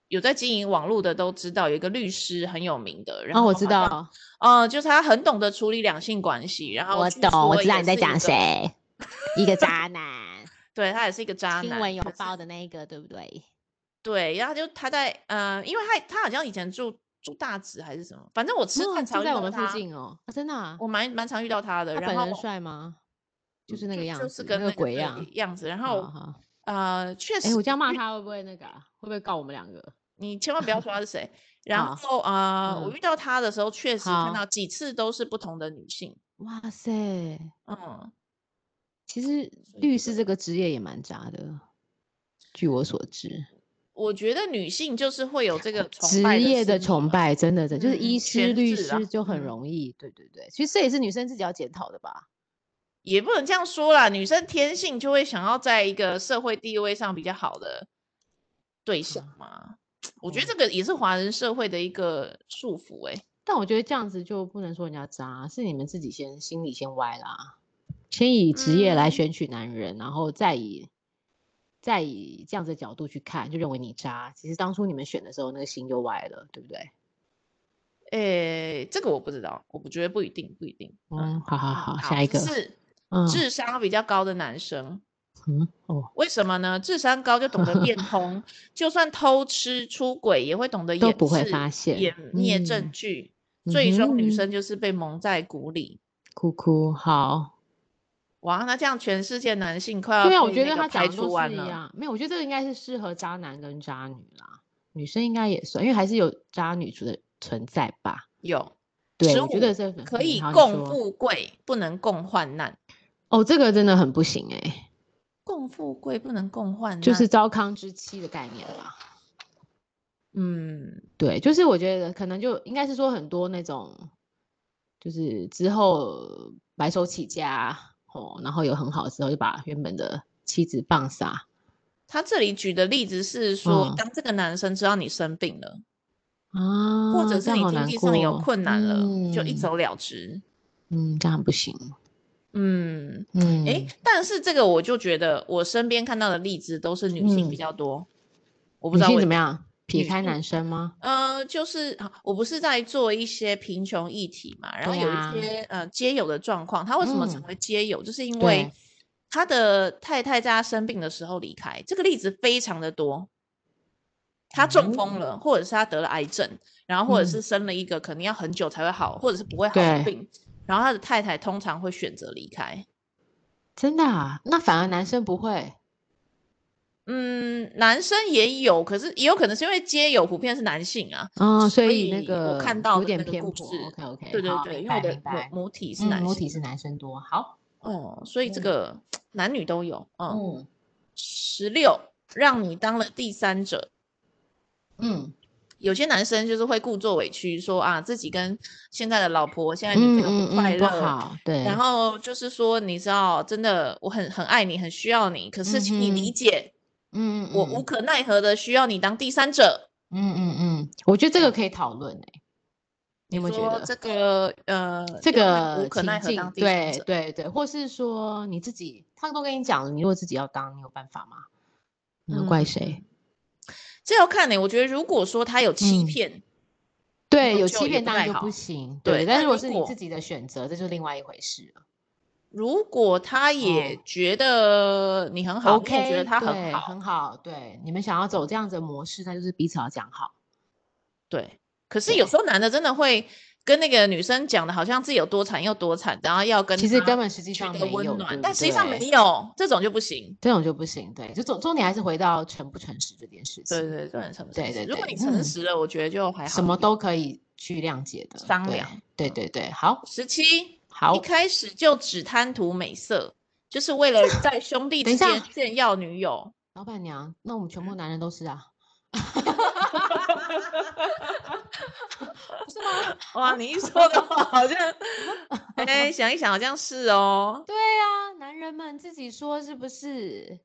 S2: 有在经营网络的都知道，有一个律师很有名的，然
S1: 哦，
S2: 后
S1: 我
S2: 好
S1: 知
S2: 像，
S1: 道，
S2: 呃，就是他很懂得处理两性关系，然后
S1: 我
S2: 据
S1: 懂，我
S2: 说
S1: 知道
S2: 也
S1: 你在
S2: 是一
S1: 讲
S2: 个，
S1: 谁，一个渣男，
S2: 对他也是一个渣
S1: 新
S2: 男，
S1: 闻有
S2: 可是
S1: 报的那一个，对不对？
S2: 对，然后就他在呃，因为他他好像以前住住大直还是什么，反正我吃
S1: 哦
S2: 饭
S1: 住
S2: 常遇
S1: 在我
S2: 到
S1: 们附
S2: 他，
S1: 近哦，啊真的啊，
S2: 我蛮蛮常遇到他的。
S1: 他
S2: 然
S1: 本人
S2: 后
S1: 帅吗？就是那个样
S2: 就
S1: 子
S2: 是，
S1: 那
S2: 跟
S1: 个鬼
S2: 对
S1: 样。
S2: 样子。然
S1: 好
S2: 后
S1: 好，
S2: 呃，确
S1: 哎，
S2: 实
S1: 我这样骂他会不会那个啊？会不会告我们两 个？
S2: 你千万不要说他是谁。然
S1: 好
S2: 后呃，我
S1: 嗯
S2: 遇到他的时候，确实看
S1: 好
S2: 到几次都是不同的女性。
S1: 哇塞，
S2: 嗯，
S1: 其实
S3: 所以
S1: 律
S3: 这
S1: 师
S3: 个
S1: 这个职业也蛮渣的，据我所知，
S2: 我觉得女性就是会有这个崇
S1: 职
S2: 拜
S1: 业的
S2: 的心理
S1: 崇
S2: 嘛，
S1: 拜真的真的就是
S2: 嗯
S1: 医
S2: 嗯
S1: 师、
S2: 权
S1: 律
S2: 势啊
S1: 师就很
S2: 嗯
S1: 容易，对对对，其实这也是女生自己要检讨的吧。
S2: 也不能这样说啦。女生天性就会想要在一个社会地位上比较好的对象
S1: 嗯
S2: 嘛。我觉得
S1: 哦
S2: 这个也是华人社会的一个束缚、欸，哎，
S1: 但我觉得这样子就不能说人家渣，是你们自己先心里先歪啦，先以职业来
S2: 嗯
S1: 选取男人，然后再以再以这样子的角度去看，就认为你渣。其实当初你们选的时候，那个心就歪了，对不对？
S2: 诶、这个我不知道，我不觉得不一定，不一定。
S1: 嗯，好好好，
S2: 嗯
S1: 下一
S2: 只
S1: 个，
S2: 是
S1: 嗯
S2: 智商比较高的男生，
S1: 嗯哦，
S2: 为什么呢？智商高就懂得变通，就算偷吃、出轨也会懂得
S1: 都
S2: 掩
S1: 不会
S2: 饰
S1: 发现
S2: 掩灭证
S1: 嗯
S2: 据。所以说，
S1: 嗯
S2: 女
S1: 哼
S2: 生就是被蒙在鼓里。
S1: 哭哭好，
S2: 哇，那这样全世界男性快要
S1: 对啊，我
S2: 被
S1: 觉
S2: 那
S1: 得
S2: 个
S1: 他讲
S2: 排
S1: 的
S2: 除
S1: 都
S2: 完
S1: 是一
S2: 了。
S1: 样，没有，我觉得这个应该是适合渣男跟渣女啦，女生应该也算，因为还是有渣女族的存在吧。
S2: 有，
S1: 对，
S2: 15
S1: 我觉得这个
S2: 可
S1: 嗯
S2: 以
S1: 好你
S2: 共
S1: 说
S2: 富贵，不能共患难。
S1: 哦，这个真的很不行哎、
S2: 共富贵不能共患难，
S1: 就是糟糠之妻的概念吧。
S2: 嗯，
S1: 对，就是我觉得可能就应该是说很多那种，就是之后白手起家哦，然后有很好的时候就把原本的妻子棒杀。
S2: 他这里举的例子是说，
S1: 嗯
S2: 当这个男生知道你生病了，
S1: 啊，
S2: 或者
S1: 这样
S2: 是你
S1: 好
S2: 经
S1: 难
S2: 济上有
S1: 过
S2: 困难了，就一
S1: 嗯
S2: 走了之。
S1: 嗯，这样不行，
S2: 嗯，
S1: 嗯，
S2: 诶，但是这个我就觉得我身边看到的例子都是女性比
S1: 嗯
S2: 较多，我
S1: 女
S2: 不知道
S1: 性
S2: 为
S1: 怎么
S2: 什么。
S1: 样？撇
S2: 女
S1: 开
S2: 性
S1: 男生吗？
S2: 呃，就是啊我不是在做一些贫穷议题嘛，然后
S1: 对
S2: 有
S1: 啊
S2: 一些、呃街友的状况，他为什么成
S1: 嗯
S2: 为街友，就是因
S1: 对
S2: 为他的太太在他生病的时候离开，这个例子非常的多。他中风了，或者是他得了癌症，然后或者
S1: 嗯
S2: 是生了一个可能要很久才会好，或者是不会好
S1: 对
S2: 的病，然后他的太太通常会选择离开。
S1: 真的啊？那反而男生不会
S2: 嗯，男生也有，可是也有可能是因为街友普遍是男性啊。
S1: 嗯，所
S2: 所
S1: 以那
S2: 以
S1: 个
S2: 我看到
S1: 有
S2: 的
S1: 点
S2: 那个
S1: 偏
S2: 故
S1: 颇。
S2: 事
S1: OK OK，
S2: 对对对，因为我的
S1: 明
S2: 母
S1: 白。
S2: 母体是
S1: 嗯
S2: 男
S1: 母
S2: 性，
S1: 体是男生多，好，
S2: 哦，所以这
S1: 嗯
S2: 个男女都有。嗯，
S1: 嗯
S2: 十六让你当了第三者，
S1: 嗯
S2: 有些男生就是会故作委屈，说啊自己跟现在的老婆、现在女
S1: 嗯
S2: 朋友
S1: 嗯
S2: 不快
S1: 嗯，
S2: 乐，
S1: 不好，对，
S2: 然后就是说你知道，真的我很很爱你，很需要你，可是请你
S1: 嗯
S2: 理
S1: 哼
S2: 解，
S1: 嗯嗯
S2: 我无
S1: 嗯
S2: 可奈何的需要你当第三者。
S1: 嗯嗯嗯，我觉得这个可以讨论诶，你有没有觉
S2: 说
S1: 得
S2: 这个呃，
S1: 这
S2: 要让
S1: 个
S2: 无可
S1: 情
S2: 奈何
S1: 境
S2: 当第三
S1: 对
S2: 者，
S1: 对对，或是说你自己，他都跟你讲了，你如果自己要当，你有办法吗？你
S2: 嗯
S1: 能怪谁？
S2: 这要看呢、我觉得如果说他有欺
S1: 嗯
S2: 骗，
S1: 对，
S2: 有
S1: 有
S2: 就
S1: 欺
S2: 也
S1: 骗
S2: 不
S1: 当然
S2: 太
S1: 就
S2: 好
S1: 不行，
S2: 对
S1: 对。
S2: 但
S1: 但如果
S2: 如
S1: 是你
S2: 果
S1: 自己的选择，这就另外一回事了。
S2: 如果他也
S1: 哦
S2: 觉得你很好，你也觉得
S1: OK，
S2: 他很
S1: 对
S2: 好，
S1: 很好，对。你们想要走这样子的模式，那就是彼此要讲好。
S2: 对。可是有
S1: 对
S2: 时候男的真的会跟那个女生讲的，好像自己有多惨又多惨，然后要跟
S1: 其实
S2: 她
S1: 根本实际
S2: 取
S1: 上
S2: 得
S1: 没
S2: 温
S1: 有，对
S2: 暖，
S1: 不
S2: 但实际上
S1: 对
S2: 没有，这种就不行。
S1: 这种就不行，对，就重重点还是回到诚不诚实这件事情，
S2: 对对，这很诚实。
S1: 对对
S2: 如果
S1: 对
S2: 你诚
S1: 嗯
S2: 实了，我觉得就还好。
S1: 什么都可以去谅解的，
S2: 商
S1: 对
S2: 量，
S1: 对对对，好，
S2: 十七，
S1: 好
S2: 一，开始就只贪图美色，就是 为了在兄弟
S1: 等一
S2: 之
S1: 下
S2: 间炫耀 女友。
S1: 老板娘，那我们全部
S2: 嗯
S1: 男人都是啊，
S2: 哇，你一说的话好像， 哎，想一想好像是哦。
S1: 对啊，男人们自己说是不 是？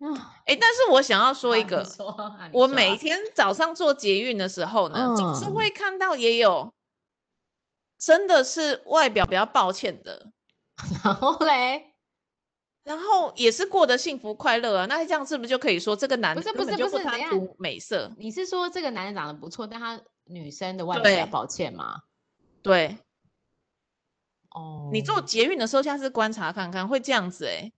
S1: 啊，
S2: 哎，但是我想要 说一
S1: 啊你
S2: 个，
S1: 说啊你
S2: 我
S1: 说
S2: 每
S1: 啊
S2: 天早上做捷运的时候呢，总是
S1: 嗯
S2: 会看到也有，真的是外表比较抱歉的，
S1: 然后嘞，
S2: 然后也是过得幸福快乐啊。那这样是不是就可以说这个男
S1: 不
S2: 的
S1: 是不
S2: 根本
S1: 是
S2: 就
S1: 不是等
S2: 贪
S1: 一下
S2: 图美色？
S1: 你是说这个男人长得不错，但他女生的外表比较
S2: 对
S1: 抱歉吗？
S2: 对
S1: 哦，
S2: 你做捷运的时候，下次观察看看，会这样子哎、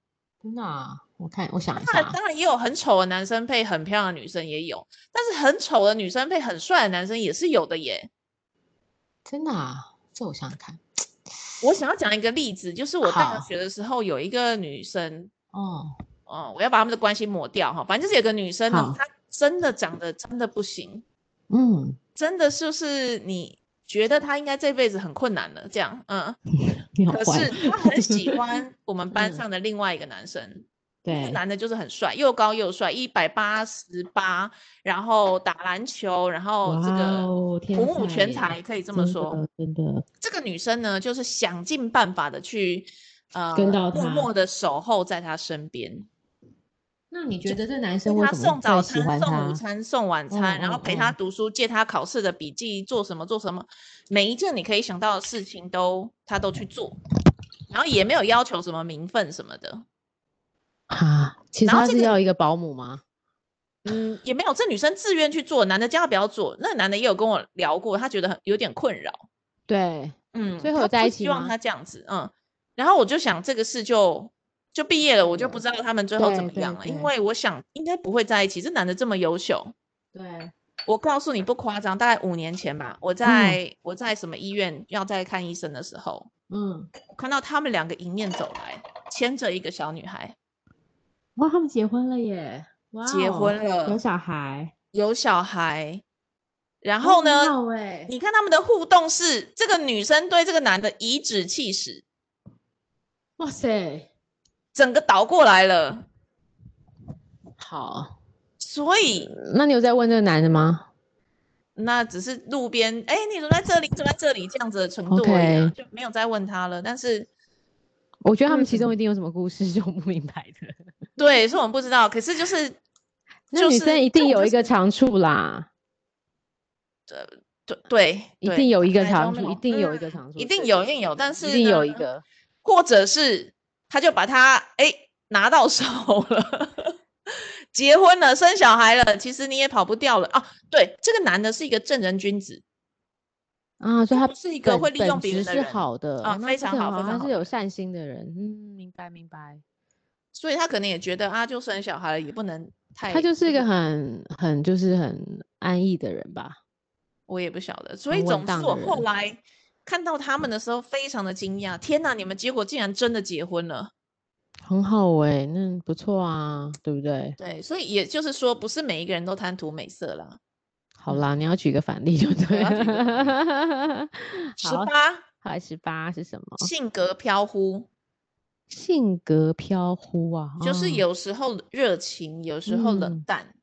S1: 真的啊？我看我想一
S2: 当
S1: 下
S2: 然，
S1: 啊，
S2: 当然也有很丑的男生配很漂亮的女生也有，但是很丑的女生配很帅的男生也是有的耶。
S1: 真的啊，这我想想看，
S2: 我想要讲一个例子，就是我大
S1: 好
S2: 学的时候有一个女生，
S1: 哦，
S2: 哦，我要把他们的关系抹掉哈。反正就是有个女生呢
S1: 好，
S2: 她真的长得真的不行，
S1: 嗯，
S2: 真的就是你觉得他应该这辈子很困难了，这样，嗯，
S1: 你好
S2: 可
S1: 坏
S2: 是他很喜欢我们班
S1: 嗯
S2: 上的另外一个男生，那个
S1: 对，
S2: 男的就是很帅，又高又帅，一百八十八，然后打篮球，然后这
S1: 哇
S2: 个
S1: 哦，天
S2: 文武全
S1: 才
S2: 才，可以这么
S1: 真
S2: 说。
S1: 的真的，
S2: 这个女生呢，就是想尽办法的去呃
S1: 跟到
S2: 默
S1: 他
S2: 默的守候在他身边，
S1: 那你觉得这男
S2: 给
S1: 生为
S2: 他
S1: 什么
S2: 送
S1: 最
S2: 早
S1: 喜
S2: 餐、
S1: 欢
S2: 送
S1: 他
S2: 午？餐、送晚餐，然后
S1: 嗯嗯
S2: 陪他
S1: 嗯
S2: 读书，借他考试的笔记，做什么做什么，每一件你可以想到的事情都他都去做，然后也没有要求什么名分什么的。
S1: 哈，其实
S2: 然后
S1: 他
S2: 这
S1: 是
S2: 个
S1: 要一个保姆吗？
S2: 嗯，也没有，这女生自愿去做，男的叫她不要做，那男的也有跟我聊过，他觉得很有点困扰，
S1: 对，
S2: 嗯，
S1: 最后
S2: 他
S1: 有在
S2: 不
S1: 一起
S2: 希望
S1: 吗
S2: 他这样子，嗯，然后我就想这个事就就毕业了，我就不知道他们最后怎
S1: 对
S2: 么
S1: 对
S2: 样了，因
S1: 对
S2: 为我想应该不会在一起，这男的这么优秀，
S1: 对，
S2: 我告诉你不夸张，大概五年前吧，
S1: 嗯
S2: 我在、我在什么医院要在看医生的时候，
S1: 嗯，
S2: 我看到他们两个迎面走来，牵着一个小女孩，
S1: 哇，他们结婚了耶！哇
S2: 结
S1: 哦
S2: 婚了
S1: 有小哦孩，
S2: 有小孩，然
S1: 然
S2: 后呢？
S1: 哎，
S2: 你看他们的互动是这个女生对这个男的颐指气使，
S1: 哇塞，
S2: 整个倒过来了。
S1: 好，
S2: 所以
S1: 那你有在问这个男的吗？
S2: 那只是路边，哎、你怎么在这里？你怎么在这里？这样子的程度而已啊
S1: OK
S2: 就没有再问他了。但是
S1: 我觉得
S2: 嗯
S1: 他们其中一定有什么故事 是我不明白的。
S2: 对，是我们不知道，可是就是
S1: 那女
S2: 就是
S1: 生一
S2: 这
S1: 定
S2: 种
S1: 有
S2: 就
S1: 一个
S2: 是
S1: 长处啦，
S2: 对对，
S1: 一
S2: 对
S1: 定有一个
S2: ，I
S1: 长
S2: don't
S1: 处，一
S2: know
S1: 定有一个
S2: 嗯
S1: 长处，
S2: 一定
S1: 对
S2: 有，一定有，但是
S1: 一定有
S2: 呢
S1: 一，个。
S2: 或者是他就把他哎、拿到手了。 结婚了，生小孩了，其实你也跑不掉了啊！对，这个男的是一个正人君子，
S1: 啊，所以他
S2: 不是一个
S1: 本
S2: 会利用
S1: 本
S2: 别
S1: 质
S2: 人的
S1: 是
S2: 人
S1: 好的
S2: 啊
S1: 哦那
S2: 非
S1: 这
S2: 常
S1: 个
S2: 好非常
S1: 他
S2: 好
S1: 是有善心的人。嗯，明白明白。
S2: 所以他可能也觉得啊，就生小孩了，也不能太。
S1: 他就是一个，很很就是很安逸的人吧？
S2: 我也不晓得。所
S1: 很
S2: 以
S1: 稳
S2: 总之，
S1: 当
S2: 我
S1: 的
S2: 后
S1: 人
S2: 来看到他们的时候，非常的惊讶。天哪，你们结果竟然真的结婚了？
S1: 很好哎、那不错啊，对不对？
S2: 对，所以也就是说，不是每一个人都贪图美色啦。
S1: 好
S2: 嗯
S1: 啦，你要举个反例就对
S2: 要举个
S1: 了。
S2: 十
S1: 好，
S2: 八，
S1: 还十八是什么？
S2: 性格飘忽，
S1: 性格飘忽啊，
S2: 就是
S1: 啊
S2: 有时候热情，有时候冷
S1: 嗯
S2: 淡。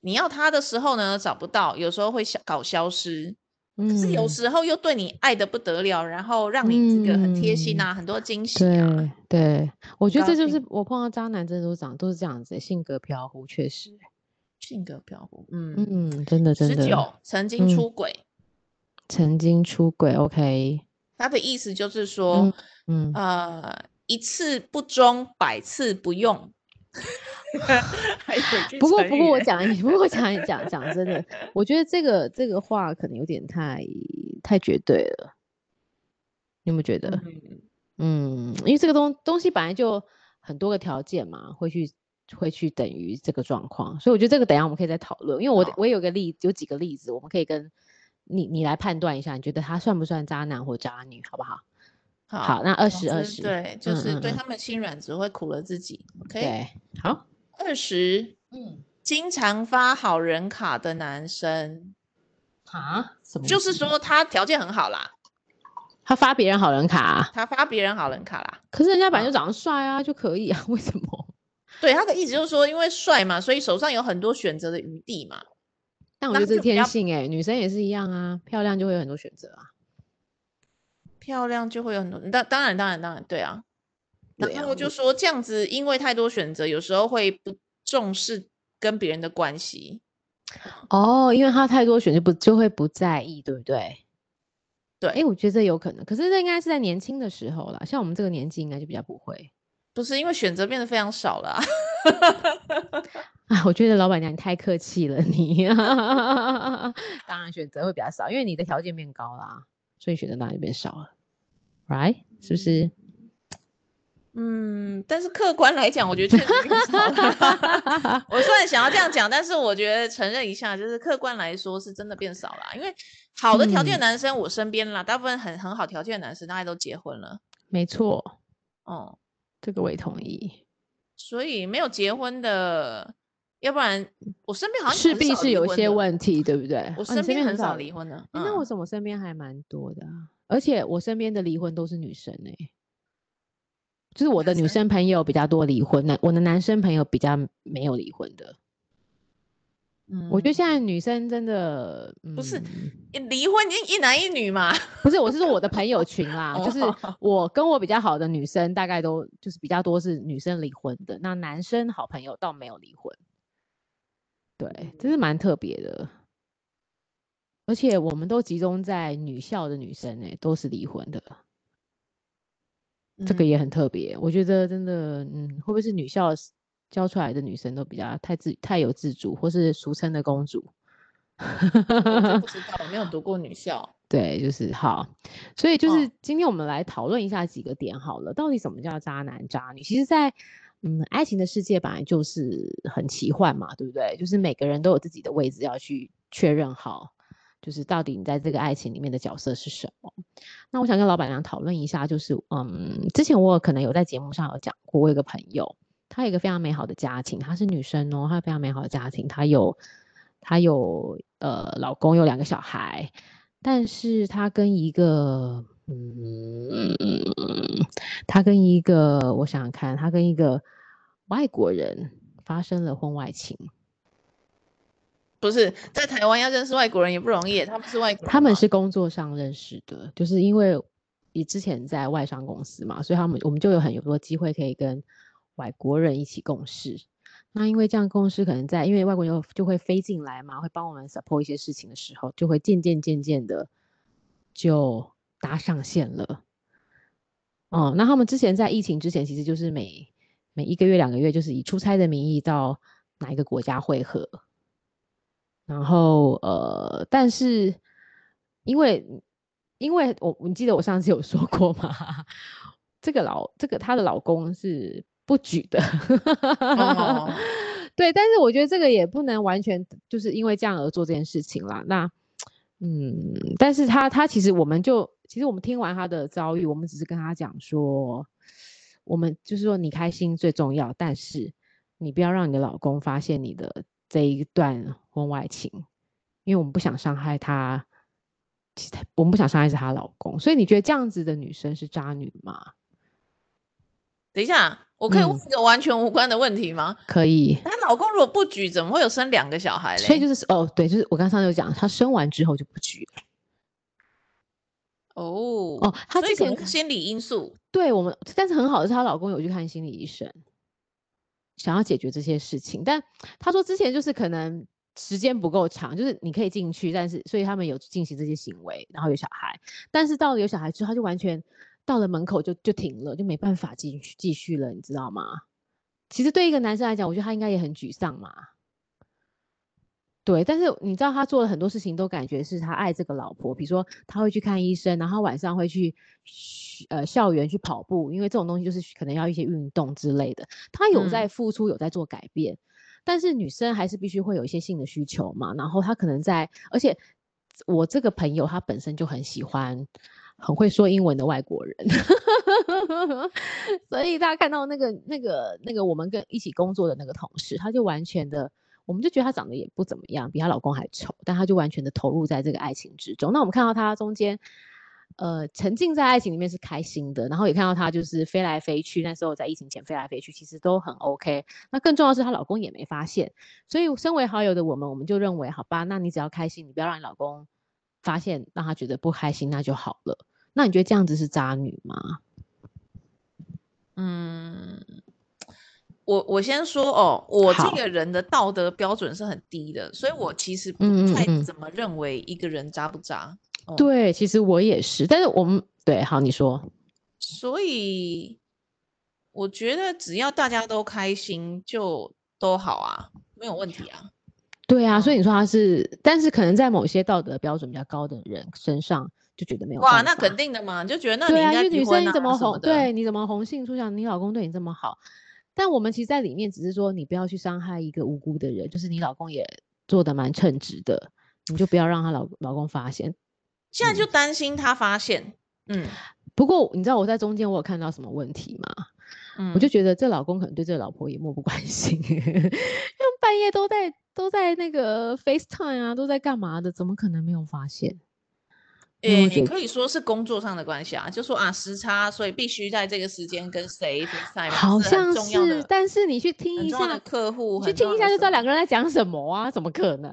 S2: 你要他的时候呢，找不到，有时候会消搞消失。可是有
S1: 嗯
S2: 时候又对你爱的不得了，然后让你这个很贴心
S1: 嗯
S2: 啊，很多惊喜啊。
S1: 对对，我觉得
S2: 高
S1: 这就
S2: 兴
S1: 是我碰到渣男，真的都长都是这样子、性格飘忽，确实，
S2: 性格飘忽，嗯，
S1: 嗯，真的真
S2: 十
S1: 的。
S2: 九曾
S1: 嗯
S2: 经出轨，
S1: 曾经出轨，OK，
S2: 他的意思就是说，
S1: 嗯，
S2: 呃，一次不忠，百次不用。 还有一句
S1: 不过
S2: 成
S1: 不过我
S2: 语欸，
S1: 讲一，不 过讲一 讲讲真的，我觉得这个这个话可能有点太太绝对了，你有没有觉得？
S2: 嗯
S1: 嗯，因为这个东东西本来就很多个条件嘛，会去会去等于这个状况，所以我觉得这个等一下我们可以再讨论，因为我的
S2: 好
S1: 我也有个例，有几个例子，我们可以跟你你来判断一下，你觉得他算不算渣男或渣女，好不好？好，那二
S2: 总
S1: 十二
S2: 之
S1: 十，
S2: 对，就
S1: 嗯
S2: 是
S1: 嗯
S2: 对
S1: 嗯
S2: 他们心软，只会苦了自己。OK，
S1: 对，好，
S2: 二十，
S1: 嗯，
S2: 经常发好人卡的男生，
S1: 啊，什么意
S2: 就是
S1: 思
S2: 说他条件很好啦，
S1: 他发别人好人卡啊、
S2: 他发别人好人卡啦。
S1: 可是人家本
S2: 啊
S1: 来就长得帅啊，就可以啊， 为什 么？
S2: 对，他的意思就是说，因为帅嘛，所以手上有很多选择的余地嘛。
S1: 但我觉得
S2: 那他
S1: 这是
S2: 就比较
S1: 天性哎、女生也是一样啊，漂亮就会有很多选择啊。
S2: 漂亮就会有很多，当当然当然当然，对啊。
S1: 对
S2: 然
S1: 啊
S2: 后就说这样子，因为太多选择，有时候会不重视跟别人的关系。
S1: 哦，因为他太多选择不就会不在意，对不对？
S2: 对
S1: 哎、我觉得这有可能，可是这应该是在年轻的时候啦，像我们这个年纪应该就比较不会。
S2: 不是因为选择变得非常少了、啊，
S1: 啊，我觉得老板娘你太客气了你， 当然选择会比较少，因为你的条件变高啦，所以选择当然就变少了，right？是不是？
S2: 嗯，但是客观来讲，我觉得确实变少了。 我虽然想要这样讲，但是我觉得承认一下，就是客观来说是真的变少了啊。因为好的条
S1: 嗯
S2: 件的男生，我身边啦，大部分很很好条件的男生，大概都结婚了，
S1: 没错，
S2: 哦、
S1: 这个我也同意。
S2: 所以没有结婚的，要不然我身边好像
S1: 势
S2: 很
S1: 必
S2: 少
S1: 是
S2: 离
S1: 有一
S2: 婚
S1: 些
S2: 的
S1: 问题，对不对？
S2: 我
S1: 哦你
S2: 身边
S1: 边
S2: 很
S1: 少哎
S2: 少离婚的。嗯、
S1: 诶那我怎么身边还蛮多的啊？而且我身边的离婚都是女生哎、就是我的
S2: 男
S1: 女
S2: 生
S1: 生朋友比较多离婚，男我的男生朋友比较没有离婚的。
S2: 嗯
S1: 我觉得现在女生真的、嗯、
S2: 不是在离婚已经一男一女嘛，
S1: 不是，我是说我的朋友群啦，就是
S2: 哦
S1: 我跟我比较好的女生，大概都就是比较多是女生离婚的，那男生好朋友倒没有离婚。对，这是蛮特别的，而且我们都集中在女校的女生哎、都是离婚的， 这个
S2: 嗯
S1: 也很特别。我觉得真的，嗯，会不会是女校教出来的女生都比较太自太有自主，或是俗称的公主？
S2: 我哦就不知道，我没有读过女校。
S1: 对，就是好，所以就
S2: 嗯
S1: 是今天我们来讨论一下几个点好了，到底什么叫渣男渣女？其实在，嗯，爱情的世界本来就是很奇幻嘛，对不对？就是每个人都有自己的位置要去确认好，就是到底你在这个爱情里面的角色是什么。那我想跟老板娘讨论一下，就是嗯，之前我有可能有在节目上有讲过，我有一个朋友，她有一个非常美好的家庭，她是女生哦，她有非常美好的家庭，她有她有呃老公，有两个小孩，但是她跟一个嗯，她跟一个我想想看，她跟一个外国人发生了婚外情，
S2: 不是在台湾要认识外国人也不容易，他们是外国人，
S1: 他们，是工作上认识的，就是因为你之前在外商公司嘛，所以他们我们就有很有多机会可以跟外国人一起共事。那因为这样共事，可能在因为外国人就就会飞进来嘛，会帮我们 support 一些事情的时候，就会渐渐渐渐的就搭上线了。哦、那他们之前在疫情之前，其实就是每每一个月、两个月，就是以出差的名义到哪一个国家会合，然后呃，但是因为因为我你记得我上次有说过吗？这个老这个她的老公是不举的，
S2: 哦
S1: 对，但是我觉得这个也不能完全就是因为这样而做这件事情啦。那嗯，但是他他其实我们就其实我们听完他的遭遇，我们只是跟他讲说，我们就是说你开心最重要，但是你不要让你的老公发现你的这一段婚外情，因为我们不想伤害他，其他我们不想伤害是她老公。所以你觉得这样子的女生是渣女吗？
S2: 等一下，我可以问
S1: 嗯
S2: 一个完全无关的问题吗？
S1: 可以。
S2: 她老公如果不举，怎么会有生两个小孩嘞？
S1: 所以就是哦，对，就是我刚上次有讲，她生完之后就不举了。
S2: 哦
S1: 哦她
S2: 所以
S1: 之前
S2: 可能
S1: 看
S2: 是心理因素，
S1: 对我们，但是很好的是她老公有去看心理医生，想要解决这些事情。但她说之前就是可能时间不够长，就是你可以进去，但是所以他们有进行这些行为，然后有小孩，但是到了有小孩之后，她就完全到了门口就就停了，就没办法继续继续了，你知道吗？其实对一个男生来讲，我觉得他应该也很沮丧嘛。对，但是你知道他做了很多事情，都感觉是他爱这个老婆。比如说，他会去看医生，然后晚上会去学呃校园去跑步，因为这种东西就是可能要一些运动之类的。他有在
S2: 嗯
S1: 付出，有在做改变，但是女生还是必须会有一些性的需求嘛。然后她可能在，而且我这个朋友她本身就很喜欢很会说英文的外国人， 所以大家看到那个那个那个我们跟一起工作的那个同事，他就完全的，我们就觉得她长得也不怎么样，比她老公还丑，但她就完全的投入在这个爱情之中。那我们看到她中间。呃，沉浸在爱情里面是开心的，然后也看到她就是飞来飞去。那时候在疫情前飞来飞去，其实都很 OK。那更重要的是，她老公也没发现。所以，身为好友的我们，我们就认为，好吧，那你只要开心，你不要让你老公发现，让他觉得不开心，那就好了。那你觉得这样子是渣女吗？
S2: 嗯，我我先说哦，我这
S1: 好
S2: 个人的道德标准是很低的，所以我其实不
S1: 嗯嗯
S2: 太
S1: 嗯
S2: 怎么认为一个人渣不渣。哦
S1: 对，其实我也是，但是我们对，好，你说，
S2: 所以我觉得只要大家都开心就都好啊，没有问题啊。
S1: 对啊，所以你说他是，但是可能在某些道德标准比较高的人身上就觉得没有
S2: 哇，
S1: 办
S2: 那
S1: 法
S2: 肯定的嘛，你就觉得那你
S1: 对
S2: 应
S1: 啊，因
S2: 该
S1: 为
S2: 离
S1: 女
S2: 婚
S1: 生你
S2: 啊
S1: 怎么
S2: 什么
S1: 红？
S2: 的
S1: 对，你怎么红杏出墙？你老公对你这么好，但我们其实在里面只是说，你不要去伤害一个无辜的人，就是你老公也做的蛮称职的，你就不要让她老老公发现。
S2: 现在就担心他发现，嗯，
S1: 不过你知道我在中间我有看到什么问题吗？
S2: 嗯
S1: 我就觉得这老公可能对这老婆也漠不关心， 因为半夜都在都在那个 FaceTime 啊，都在干嘛的，怎么可能没有发现？因为
S2: 诶
S1: 我觉
S2: 也可以说是工作上的关系啊，就说啊时差，所以必须在这个时间跟谁比赛嘛，
S1: 好
S2: 哎是
S1: 像
S2: 很重要
S1: 是
S2: 的，
S1: 但是你去听
S2: 很
S1: 一
S2: 重要的
S1: 下，
S2: 客户，
S1: 你去
S2: 很重
S1: 听一
S2: 要
S1: 下就
S2: 的什
S1: 知道
S2: 么
S1: 两个人在讲什么啊，怎么可能？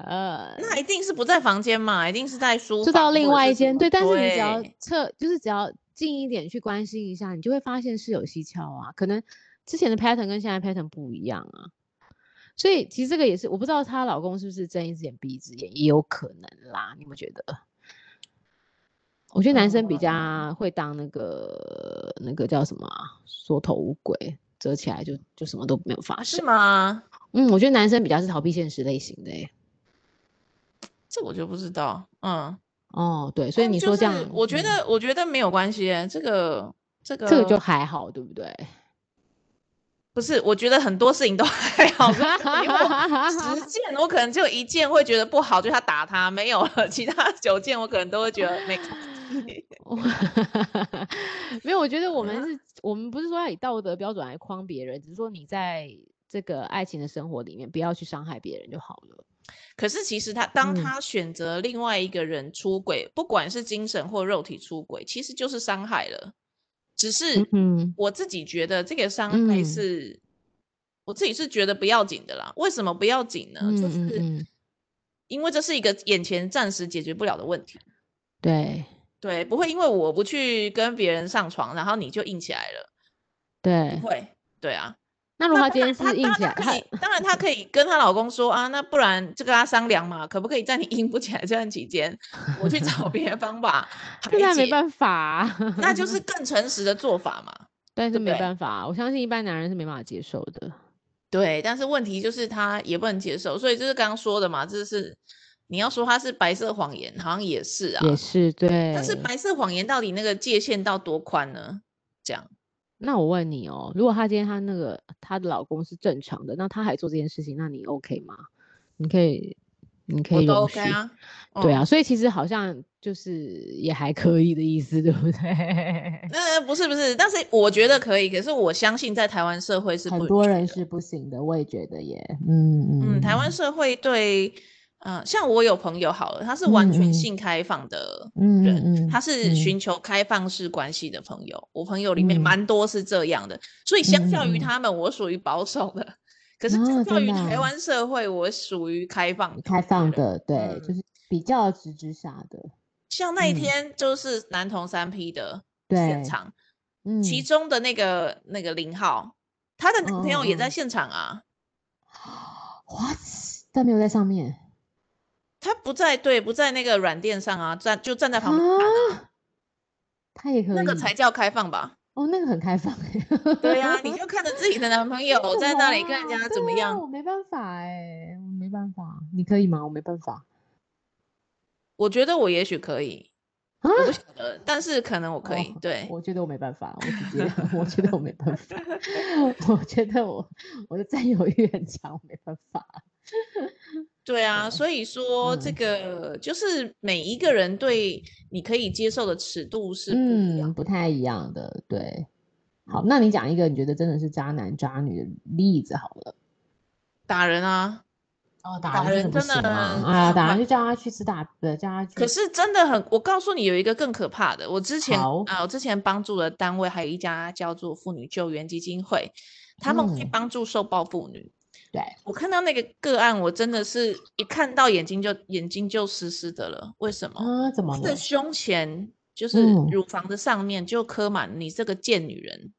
S2: 那一定是不在房间嘛，一定是在书
S1: 就到
S2: 房
S1: 另
S2: 或者
S1: 外
S2: 是
S1: 一
S2: 什
S1: 间，
S2: 么
S1: 对，但是你只要
S2: 对
S1: 测，就是只要近一点去关心一下，你就会发现是有蹊跷啊，可能之前的 pattern 跟现在 pattern 不一样啊。所以其实这个也是，我不知道她老公是不是睁一只眼闭一只眼，也有可能啦。你有没有觉得？我觉得男生比
S2: 嗯
S1: 较会当那个、那个叫什么啊缩、头乌龟，折起来就就什么都没有发
S2: 啊是
S1: 生。
S2: 吗？
S1: 嗯，我觉得男生比较是逃避现实类型的、欸。
S2: 这我就不知道，嗯，
S1: 哦，对，所以
S2: 但
S1: 你
S2: 就
S1: 说
S2: 是
S1: 这样，
S2: 我觉
S1: 嗯
S2: 得我觉得没有关系耶，这个这个
S1: 这个就还好，对不对？
S2: 不是，我觉得很多事情都 还 好，所以你问我
S1: 啊
S2: 十件，我可能只有一件会觉得不好，就是他打他，没有了，其他九件我可能都会觉得 没关系。
S1: 我没有，我觉得我们是，我们不是说要以道德标准来框别人，只是说你在这个爱情的生活里面，不要去伤害别人就好了。
S2: 可是其实他当
S1: 嗯
S2: 他选择另外一个人出轨，不管是精神或肉体出轨，其实就是伤害了。只是
S1: 嗯
S2: 我自己觉得这个伤害
S1: 嗯
S2: 是，我自己是觉得不要紧的啦。为什么不要紧呢？
S1: 嗯
S2: 呃就
S1: 嗯
S2: 是
S1: 嗯，
S2: 因为这是一个眼前暂时解决不了的问题。
S1: 对
S2: 对，不会因为我不去跟别人上床，然后你就硬起来了，
S1: 对
S2: 不。会。对啊，
S1: 那如
S2: 那
S1: 果他
S2: 当
S1: 今天
S2: 然
S1: 是硬起来，
S2: 当
S1: 他
S2: 然可以当然她可以跟她老公说啊，那不然就跟他商量嘛，可不可以在你硬不起来这段期 间，我去找别的方法
S1: 这
S2: 排
S1: 他没
S2: 解，
S1: 办法 啊，
S2: 那就是更诚实的做法嘛。
S1: 但是
S2: 对不
S1: 没
S2: 对
S1: 办法啊，我相信一般男人是没办法接受的。
S2: 对，但是问题就是他也不能接受，所以就是刚刚说的嘛，这是你要说他是白色谎言，好像也是啊，
S1: 也是对，
S2: 但是白色谎言到底那个界限到多宽呢？这样。
S1: 那我问你哦，如果她今天她那个她的老公是正常的，那她还做这件事情，那你 OK 吗？你可以，你可
S2: 我
S1: 以
S2: 都
S1: 容
S2: OK
S1: 许
S2: 啊，
S1: 对
S2: 嗯
S1: 啊，所以其实好像就是也还可以的意思，对不对？
S2: 那不是不是，但是我觉得可以，可是我相信在台湾社会是不
S1: 很
S2: 允
S1: 多
S2: 许
S1: 人
S2: 的
S1: 是不行的，我也觉得耶，嗯
S2: 嗯，台湾社会对，呃，像我有朋友好了，他是完
S1: 嗯嗯
S2: 全性开放的
S1: 嗯
S2: 人，
S1: 嗯
S2: 他
S1: 嗯
S2: 是
S1: 嗯
S2: 寻求开放式关系的朋友，我朋友里面
S1: 嗯
S2: 蛮多是这样的，所以相较
S1: 嗯
S2: 于
S1: 嗯嗯
S2: 他们，我属于保守的，可是
S1: 啊
S2: 相较
S1: 真
S2: 于
S1: 的
S2: 台
S1: 啊
S2: 湾社会，我属于开放的
S1: 开放
S2: 人。嗯
S1: 的，对，就是比较直之下的，
S2: 像那一
S1: 嗯
S2: 天就是男童三 P 的
S1: 对
S2: 现场，
S1: 嗯，
S2: 其中的那个那个林浩，她的男朋友也
S1: 哦哦
S2: 在
S1: 哦
S2: 现场啊，
S1: what 但没有在上面
S2: 他不在对不在那个软垫上啊，站就站在旁边看啊
S1: 啊，他也可以，
S2: 那个才叫开放吧？
S1: 哦，那个很开放欸，
S2: 对呀、 你就看着自己的男朋友
S1: 为
S2: 在
S1: 什
S2: 那
S1: 么
S2: 里看人
S1: 啊
S2: 家怎么
S1: 对啊
S2: 样，
S1: 我没办法哎、我没办法，你可以吗？我没办法
S2: 我觉得我也许可以，
S1: 啊，
S2: 我不晓得，但是可能我可以
S1: 哦。
S2: 对，
S1: 我觉得我没办法，我直 接，我觉得我没办法，我觉得我我的占有欲很强，我没办法。
S2: 对啊，所以说这
S1: 嗯
S2: 个就是每一个人对你可以接受的尺度是不一样。
S1: 嗯，不太一样的，对。好，那你讲一个你觉得真的是渣男渣女的例子好了。
S2: 打人啊，
S1: 哦，
S2: 打
S1: 打人
S2: 人
S1: 真的不
S2: 真的
S1: 行啊！
S2: 是
S1: 啊，
S2: 很
S1: 打
S2: 坏
S1: 人就叫他去吃打，不是叫他去。
S2: 可是真的很，我告诉你有一个更可怕的，我之前
S1: 好
S2: 啊，我之前帮助的单位还有一家叫做妇女救援基金会，他们会
S1: 嗯
S2: 帮助受暴妇女。
S1: 对，
S2: 我看到那个个案，我真的是一看到眼睛就眼睛就湿湿的了。为什么？
S1: 啊，怎么
S2: 她
S1: 了
S2: 的？胸前就是
S1: 嗯
S2: 乳房的上面就刻满“你这个贱女人”，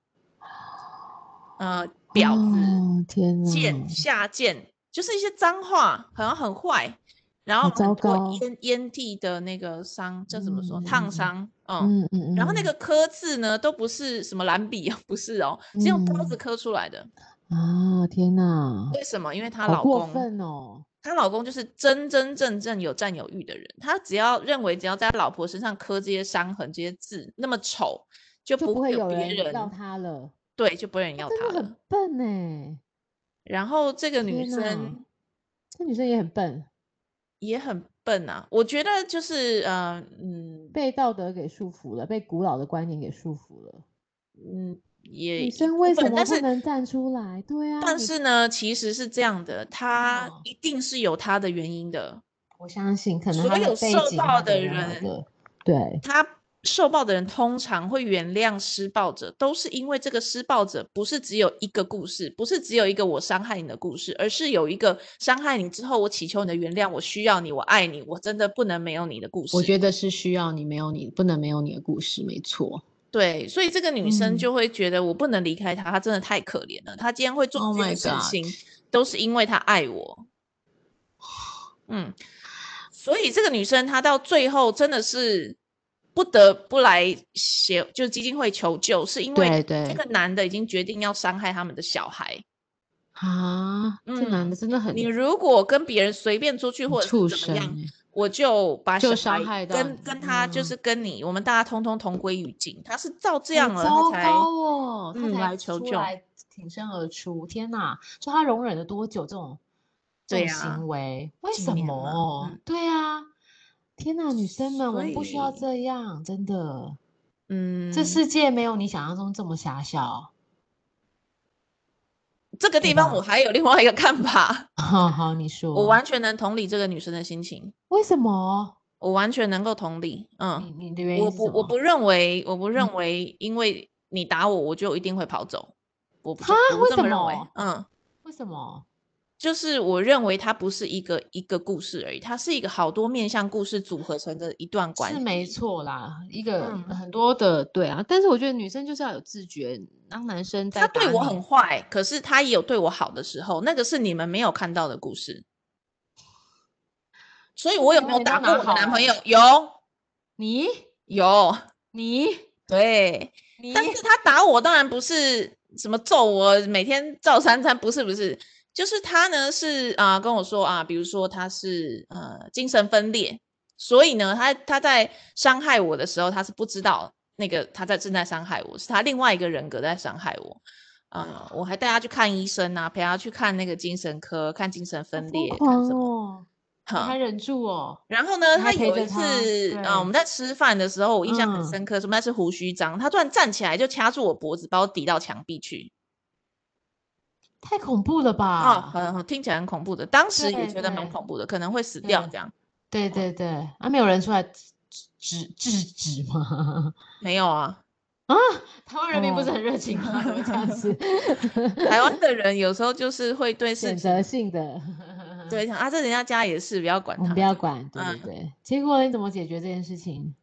S2: 呃，婊子、
S1: 哦、天哪！
S2: 贱、下贱，就是一些脏话，好像很坏。然后
S1: 好糟
S2: 很
S1: 糕
S2: 多烟烟蒂的那个伤，这怎么说？
S1: 嗯嗯嗯
S2: 烫伤，嗯。
S1: 嗯嗯嗯。
S2: 然后那个刻字呢，都不是什么蓝笔啊，不是哦，是用刀子
S1: 嗯
S2: 刻出来的。
S1: 啊，天哪，
S2: 为什么？因为她
S1: 好
S2: 老
S1: 过
S2: 公
S1: 分哦！
S2: 她老公就是真真正正有占有欲的人，他只要认为只要在老婆身上刻这些伤痕、这些字那么丑，就
S1: 就
S2: 不
S1: 不会
S2: 有
S1: 有
S2: 别
S1: 人
S2: 人
S1: 要他了，
S2: 对，就不会有人要
S1: 真的
S2: 她
S1: 很
S2: 了。
S1: 笨哎、
S2: 然后这个女
S1: 天哪
S2: 生
S1: 这女生也很笨，
S2: 也很笨啊，我觉得就是呃嗯
S1: 被道德给束缚了，被古老的观念给束缚了。
S2: 嗯，也
S4: 女
S2: 一
S4: 生为
S2: 部分
S4: 什么
S2: 但
S4: 不
S2: 是
S4: 能站出来？对啊，
S2: 但
S4: 你
S2: 是呢，其实是这样的，他
S4: 哦
S2: 一定是有他的原因的。
S4: 我相信可能
S2: 所
S4: 他的
S2: 有
S4: 背
S2: 受
S4: 景
S2: 到
S1: 啊
S4: 他
S2: 的
S4: 任何
S2: 人
S4: 的对，
S2: 他受暴的人通常会原谅施暴者，都是因为这个施暴者不是只有一个故事，不是只有一个我伤害你的故事，而是有一个伤害你之后，我祈求你的原谅，我需要你，我爱你，我真的不能没有你的故事。
S1: 我觉得是需要你没有你，不能没有你的故事，没错。
S2: 对，所以这个女
S1: 嗯
S2: 生就会觉得我不能离开他，他真的太可怜了。他今天会做
S1: Oh
S2: 这件
S1: my
S2: 事
S1: God
S2: 情都是因为他爱我。嗯，所以这个女生她到最后真的是不得不来协，就是基金会求救，是因
S1: 对
S2: 为
S1: 对
S2: 这个男的已经决定要伤害他们的小孩。
S1: 啊，这男的真的很
S2: 嗯你如果跟别人随便出去或
S1: 嗯
S2: 者
S1: 畜
S2: 是
S1: 生
S2: 怎么
S1: 欸、
S2: 样，我就把
S1: 就
S2: 小
S1: 伤
S2: 孩
S1: 害到
S2: 跟
S1: 你
S2: 跟他就
S1: 嗯
S2: 是跟你，我们大家通通同归于尽。他是照这
S1: 这
S2: 样了，
S1: 糟
S2: 他才
S1: 糕哦，他
S2: 嗯
S1: 才
S2: 来求
S1: 出
S2: 救
S1: 来挺身而出，天哪！就他容忍了多久这种这
S2: 对
S1: 种
S2: 啊
S1: 行为？为
S2: 几
S1: 什
S2: 年了
S1: 么
S2: 嗯？
S1: 对啊，天哪，女生们，我们不需要
S2: 所以
S1: 这样，真的，
S2: 嗯，
S1: 这世界没有你想象中这么狭小。
S2: 这个
S1: 对
S2: 地方，
S1: 吧哦
S2: 我还有另外一个看 法，
S1: 好好，你说，
S2: 我完全能同理这个女生的心情，
S1: 为什么？
S2: 我完全能够同理。
S1: 你
S2: 嗯，
S1: 你的原因
S2: 我
S1: 是
S2: 不
S1: 什
S2: 我
S1: 么
S2: 不认为，我不
S1: 嗯
S2: 认为，因为你打我，我就一定会跑走。我不
S1: 哈
S2: 我不
S1: 为
S2: 这
S1: 什
S2: 么认为
S1: 么。
S2: 嗯，
S1: 为什么？
S2: 就是我认为它不是一个一个故事而已，它是一个好多面向故事组合成的一段关系。
S1: 是没。错啦，一个、
S2: 嗯
S1: 很多的对啊，但是我觉得女生就是要有自觉，当男生在
S2: 他对
S1: 打
S2: 我
S1: 你
S2: 很坏，可是他也有对我好的时候，那个是你们没有看到的故事。所以我有
S1: 因为
S2: 没有
S1: 你
S2: 打
S1: 都
S2: 过
S1: 拿
S2: 我的
S1: 好啊
S2: 男
S1: 了
S2: 朋友？有
S1: 你
S2: 有，
S1: 你
S2: 对，
S1: 你
S2: 但是他打我当然不是什么揍我，每天照三餐，不是不是，就是他呢是啊、跟我说啊，比如说他是呃精神分裂，所以呢他他在伤害我的时候，他是不知道那个他在正在伤害我，是他另外一个人格在伤害我。
S1: 哦
S2: 啊、我还带他去看医生啊，陪他去看那个精神科，看精神分裂，看
S1: 狂
S2: 什么，啊
S1: 哦，你
S2: 哈
S1: 还忍住哦，
S2: 然后呢，
S1: 你
S2: 他
S1: 还陪
S2: 有一
S1: 着他
S2: 次，呃，我们在吃饭的时候，我印象很
S1: 嗯
S2: 深刻，什么在吃胡须章，他突然站起来就掐住我脖子，把我抵到墙壁去。
S1: 太恐怖了
S2: 啊、
S1: 吧？
S2: 很很听起来很恐怖的，当时也
S1: 对
S2: 觉得蛮
S1: 对
S2: 恐怖的，可能会死掉
S1: 对
S2: 这样。
S1: 对对对，啊，没有人出来制制制止吗？
S2: 没有啊，
S1: 啊，台湾人民不是
S2: 哦
S1: 很热情吗？怎么这样子
S2: 台湾的人有时候嗯就是会对事
S1: 选
S2: 情，
S1: 择性的，
S2: 对，想啊，这人家家也是，不要管
S1: 我
S2: 他。
S1: 们不要管，对
S2: 嗯
S1: 对对。结果你怎么解决这件事情？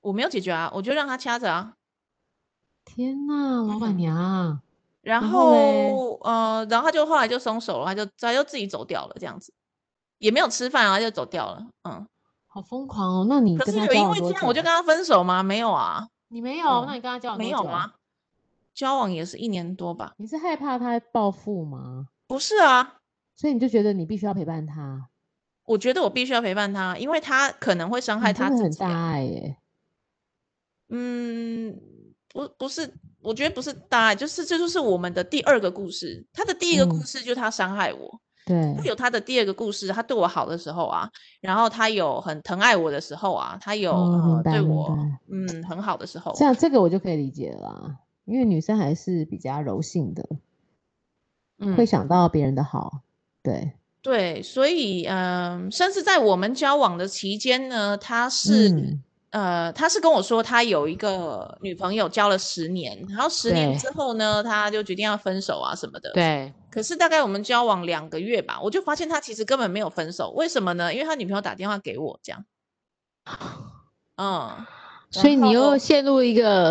S2: 我没有解决啊，我就让他掐着啊。
S1: 天呐，老板
S2: 嗯
S1: 娘，
S2: 然
S1: 然后嘞
S2: 后呃，然后他就后来就松手了，他就他就自己走掉了，这样子，也没有吃饭啊，他就走掉了。嗯，
S1: 好疯狂哦！那你
S2: 可
S1: 跟
S2: 是
S1: 他
S2: 有
S1: 交
S2: 因
S1: 往
S2: 为这
S1: 多
S2: 样
S1: 久
S2: 我就跟
S1: 啊？
S2: 他分手吗？没有啊，
S1: 你没有，
S2: 嗯
S1: 那你跟他交往
S2: 没
S1: 多
S2: 有
S1: 久？
S2: 啊，交往也是一年多吧？
S1: 你是害怕他报复吗？
S2: 不是啊，
S1: 所以你就觉得你必须要陪伴他，
S2: 我觉得我必须要陪伴他，因为他可能会伤害
S1: 你
S2: 他
S1: 真的
S2: 自
S1: 很
S2: 己啊。
S1: 大爱耶。
S2: 嗯，不，不是，我觉得不是大爱，就是这就是我们的第二个故事。他的第一个故
S1: 嗯
S2: 事就是他伤害我，
S1: 对
S2: 他，有他的第二个故事，他对我好的时候啊，然后他有很疼爱我的时候啊，他有、
S1: 哦明
S2: 呃
S1: 白
S2: 对
S1: 明
S2: 我
S1: 白
S2: 嗯很好的时候，
S1: 这样这个我就可以理解了啦，因为女生还是比较柔性的，
S2: 嗯
S1: 会想到别人的好。对，
S2: 对，所以嗯、甚至在我们交往的期间呢，他是、
S1: 嗯
S2: 呃，他是跟我说他有一个女朋友交了十年，然后十年
S1: 对
S2: 之后呢，他就决定要分手啊什么的。。
S1: 对，
S2: 可是大概我们交往两个月吧，我就发现他其实根本没有分手，为什么呢？因为他女朋友打电话给我，这样，嗯，
S1: 所以
S2: 然
S1: 你又
S2: 后
S1: 陷入一 个，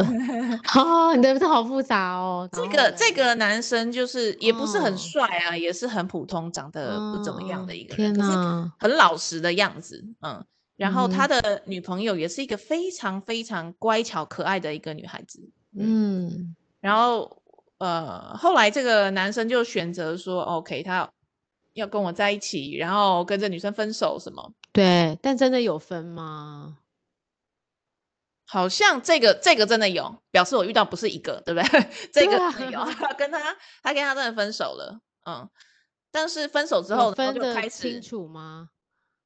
S1: 哦，你的这好复杂哦。
S2: 这
S1: 然
S2: 个
S1: 后
S2: 这
S1: 嘞
S2: 个男生就是也不是很
S1: 嗯
S2: 帅啊，也是很普通，长得不怎么样的
S1: 嗯
S2: 一个
S1: 天
S2: 人，可是
S1: 哪，
S2: 很老实的样子，嗯。然后他
S1: 嗯
S2: 的女朋友也是一个非常非常乖巧可爱的一个女孩子，嗯。
S1: 嗯，
S2: 然后呃，后来这个男生就选择说，OK，他哦要跟我在一起，然后跟这女生分手什么。
S1: 对，但真的有分吗？
S2: 好像这个这个真的有，表示我遇到不是一个，对不对？ 这
S1: 对
S2: 个
S1: 啊
S2: 真的有，跟他他跟他真的分手了，嗯。但是分手之
S1: 有
S2: 后，然后
S1: 哦分
S2: 就
S1: 得
S2: 开
S1: 清
S2: 始
S1: 楚吗？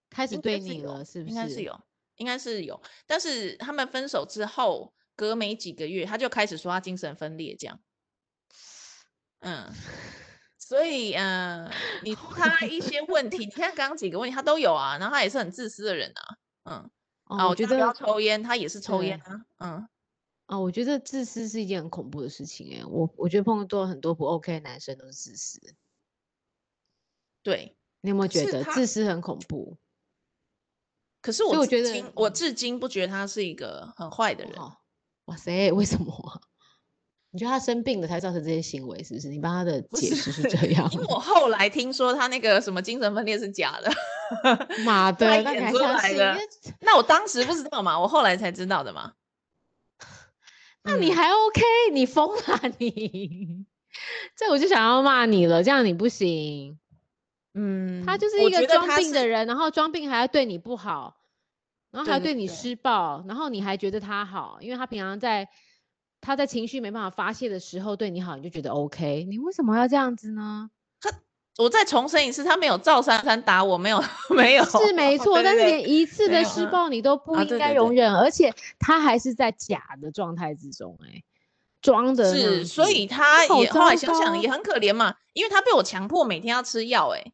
S1: 开始
S2: 应
S1: 对
S2: 该是
S1: 你
S2: 有
S1: 了，是不
S2: 应该是
S1: 是？
S2: 有，应该是有。但是他们分手之后，隔没几个月，他就开始说他精神分裂这样。嗯，所以嗯、呃你问他一些问题，你看刚刚几个问题他都有啊，然后他也是很自私的人啊。嗯，啊，
S1: 哦，我觉得
S2: 叫他不要抽烟，他也是抽
S1: 对
S2: 烟啊。嗯，
S1: 啊，我觉得自私是一件很恐怖的事情哎、我我觉得碰到很多不 OK 的男生都是自私，
S2: 对。
S1: 你有没有
S2: 可
S1: 觉
S2: 是
S1: 得
S2: 他
S1: 自私很恐怖？
S2: 可是
S1: 所以
S2: 我
S1: 我
S2: 至
S1: 觉得
S2: 今我
S1: 嗯
S2: 至今不觉得他是一个很坏的人。
S1: 哇哇塞，为什么啊？你觉得他生病了才造成这些行为，是不是？你帮他的
S2: 不
S1: 解释是
S2: 是
S1: 这样
S2: 因为我后来听说他那个什么精神分裂是假的，
S1: 妈
S2: 他
S1: 的，那你
S2: 演
S1: 还
S2: 出
S1: 相
S2: 来
S1: 信？
S2: 的
S1: 那
S2: 那我当时不知道嘛，我后来才知道的嘛。
S1: 那你
S2: 嗯
S1: 还 OK？你疯了啊你？这我就想要骂你了，这样你不行。
S2: 嗯，
S1: 他就是
S2: 我
S1: 一个
S2: 觉得
S1: 装
S2: 他
S1: 病的
S2: 是，
S1: 人，然后装病还要对你不好，然后还要
S2: 对对
S1: 对你
S2: 对
S1: 施暴，然后你还觉得他好，因为他平常在他在情绪没办法发泄的时候对你好，你就觉得 OK。你为什么要这样子呢？
S2: 我再重申一次，他没有赵珊珊打我，没有没有，
S1: 是没错，
S2: 对
S1: 但是
S2: 对对
S1: 连一次
S2: 没
S1: 的
S2: 有
S1: 施
S2: 嗯
S1: 暴你都不
S2: 啊
S1: 应
S2: 对
S1: 该
S2: 对对
S1: 容忍，而且他还是在假的状态之中、哎，装的那样
S2: 是，所
S1: 子
S2: 以他
S1: 啊嗯好
S2: 也后来
S1: 糟
S2: 想想
S1: 糕
S2: 也很可怜嘛，因为他被我强迫每天要吃药、欸，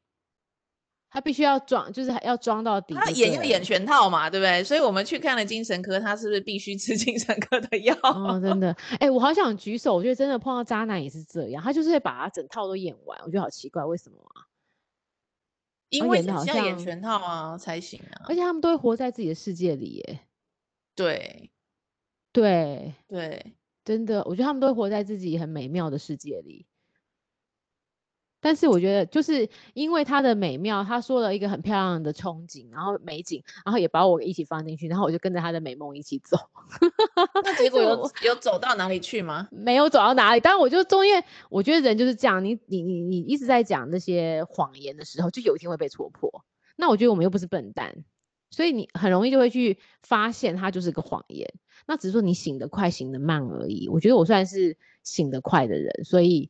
S1: 他必须要装，就是要装到底就
S2: 他
S1: 对了。
S2: 演要演全套嘛，对不对？所以我们去看了精神科，他是不是必须吃 精神科的药？
S1: 哦，真的，哎、我好想举手。我觉得真的碰到渣男也是这样，他就是会把他整套都演完，我觉得好奇怪，为什么啊？
S2: 因
S1: 他
S2: 为
S1: 演
S2: 你
S1: 得好
S2: 是要演
S1: 像
S2: 全套啊才行啊，
S1: 而且他们都会活在自己的世界里，耶。
S2: 对
S1: 对，
S2: 对，
S1: 真的，我觉得他们都会活在自己很美妙的世界里。但是我觉得，就是因为他的美妙，他说了一个很漂亮的憧憬，然后美景，然后也把我一起放进去，然后我就跟着他的美梦一起走。
S2: 那结果
S1: 这
S2: 有
S1: 我
S2: 有走到哪里去吗？
S1: 没有走到哪里，但我就中间，我觉得人就是这样，你你你你一直在讲那些谎言的时候，就有一天会被戳破。那我觉得我们又不是笨蛋，所以你很容易就会去发现它就是个谎言。那只是说你醒得快，醒得慢而已。我觉得我算是醒得快的人，所以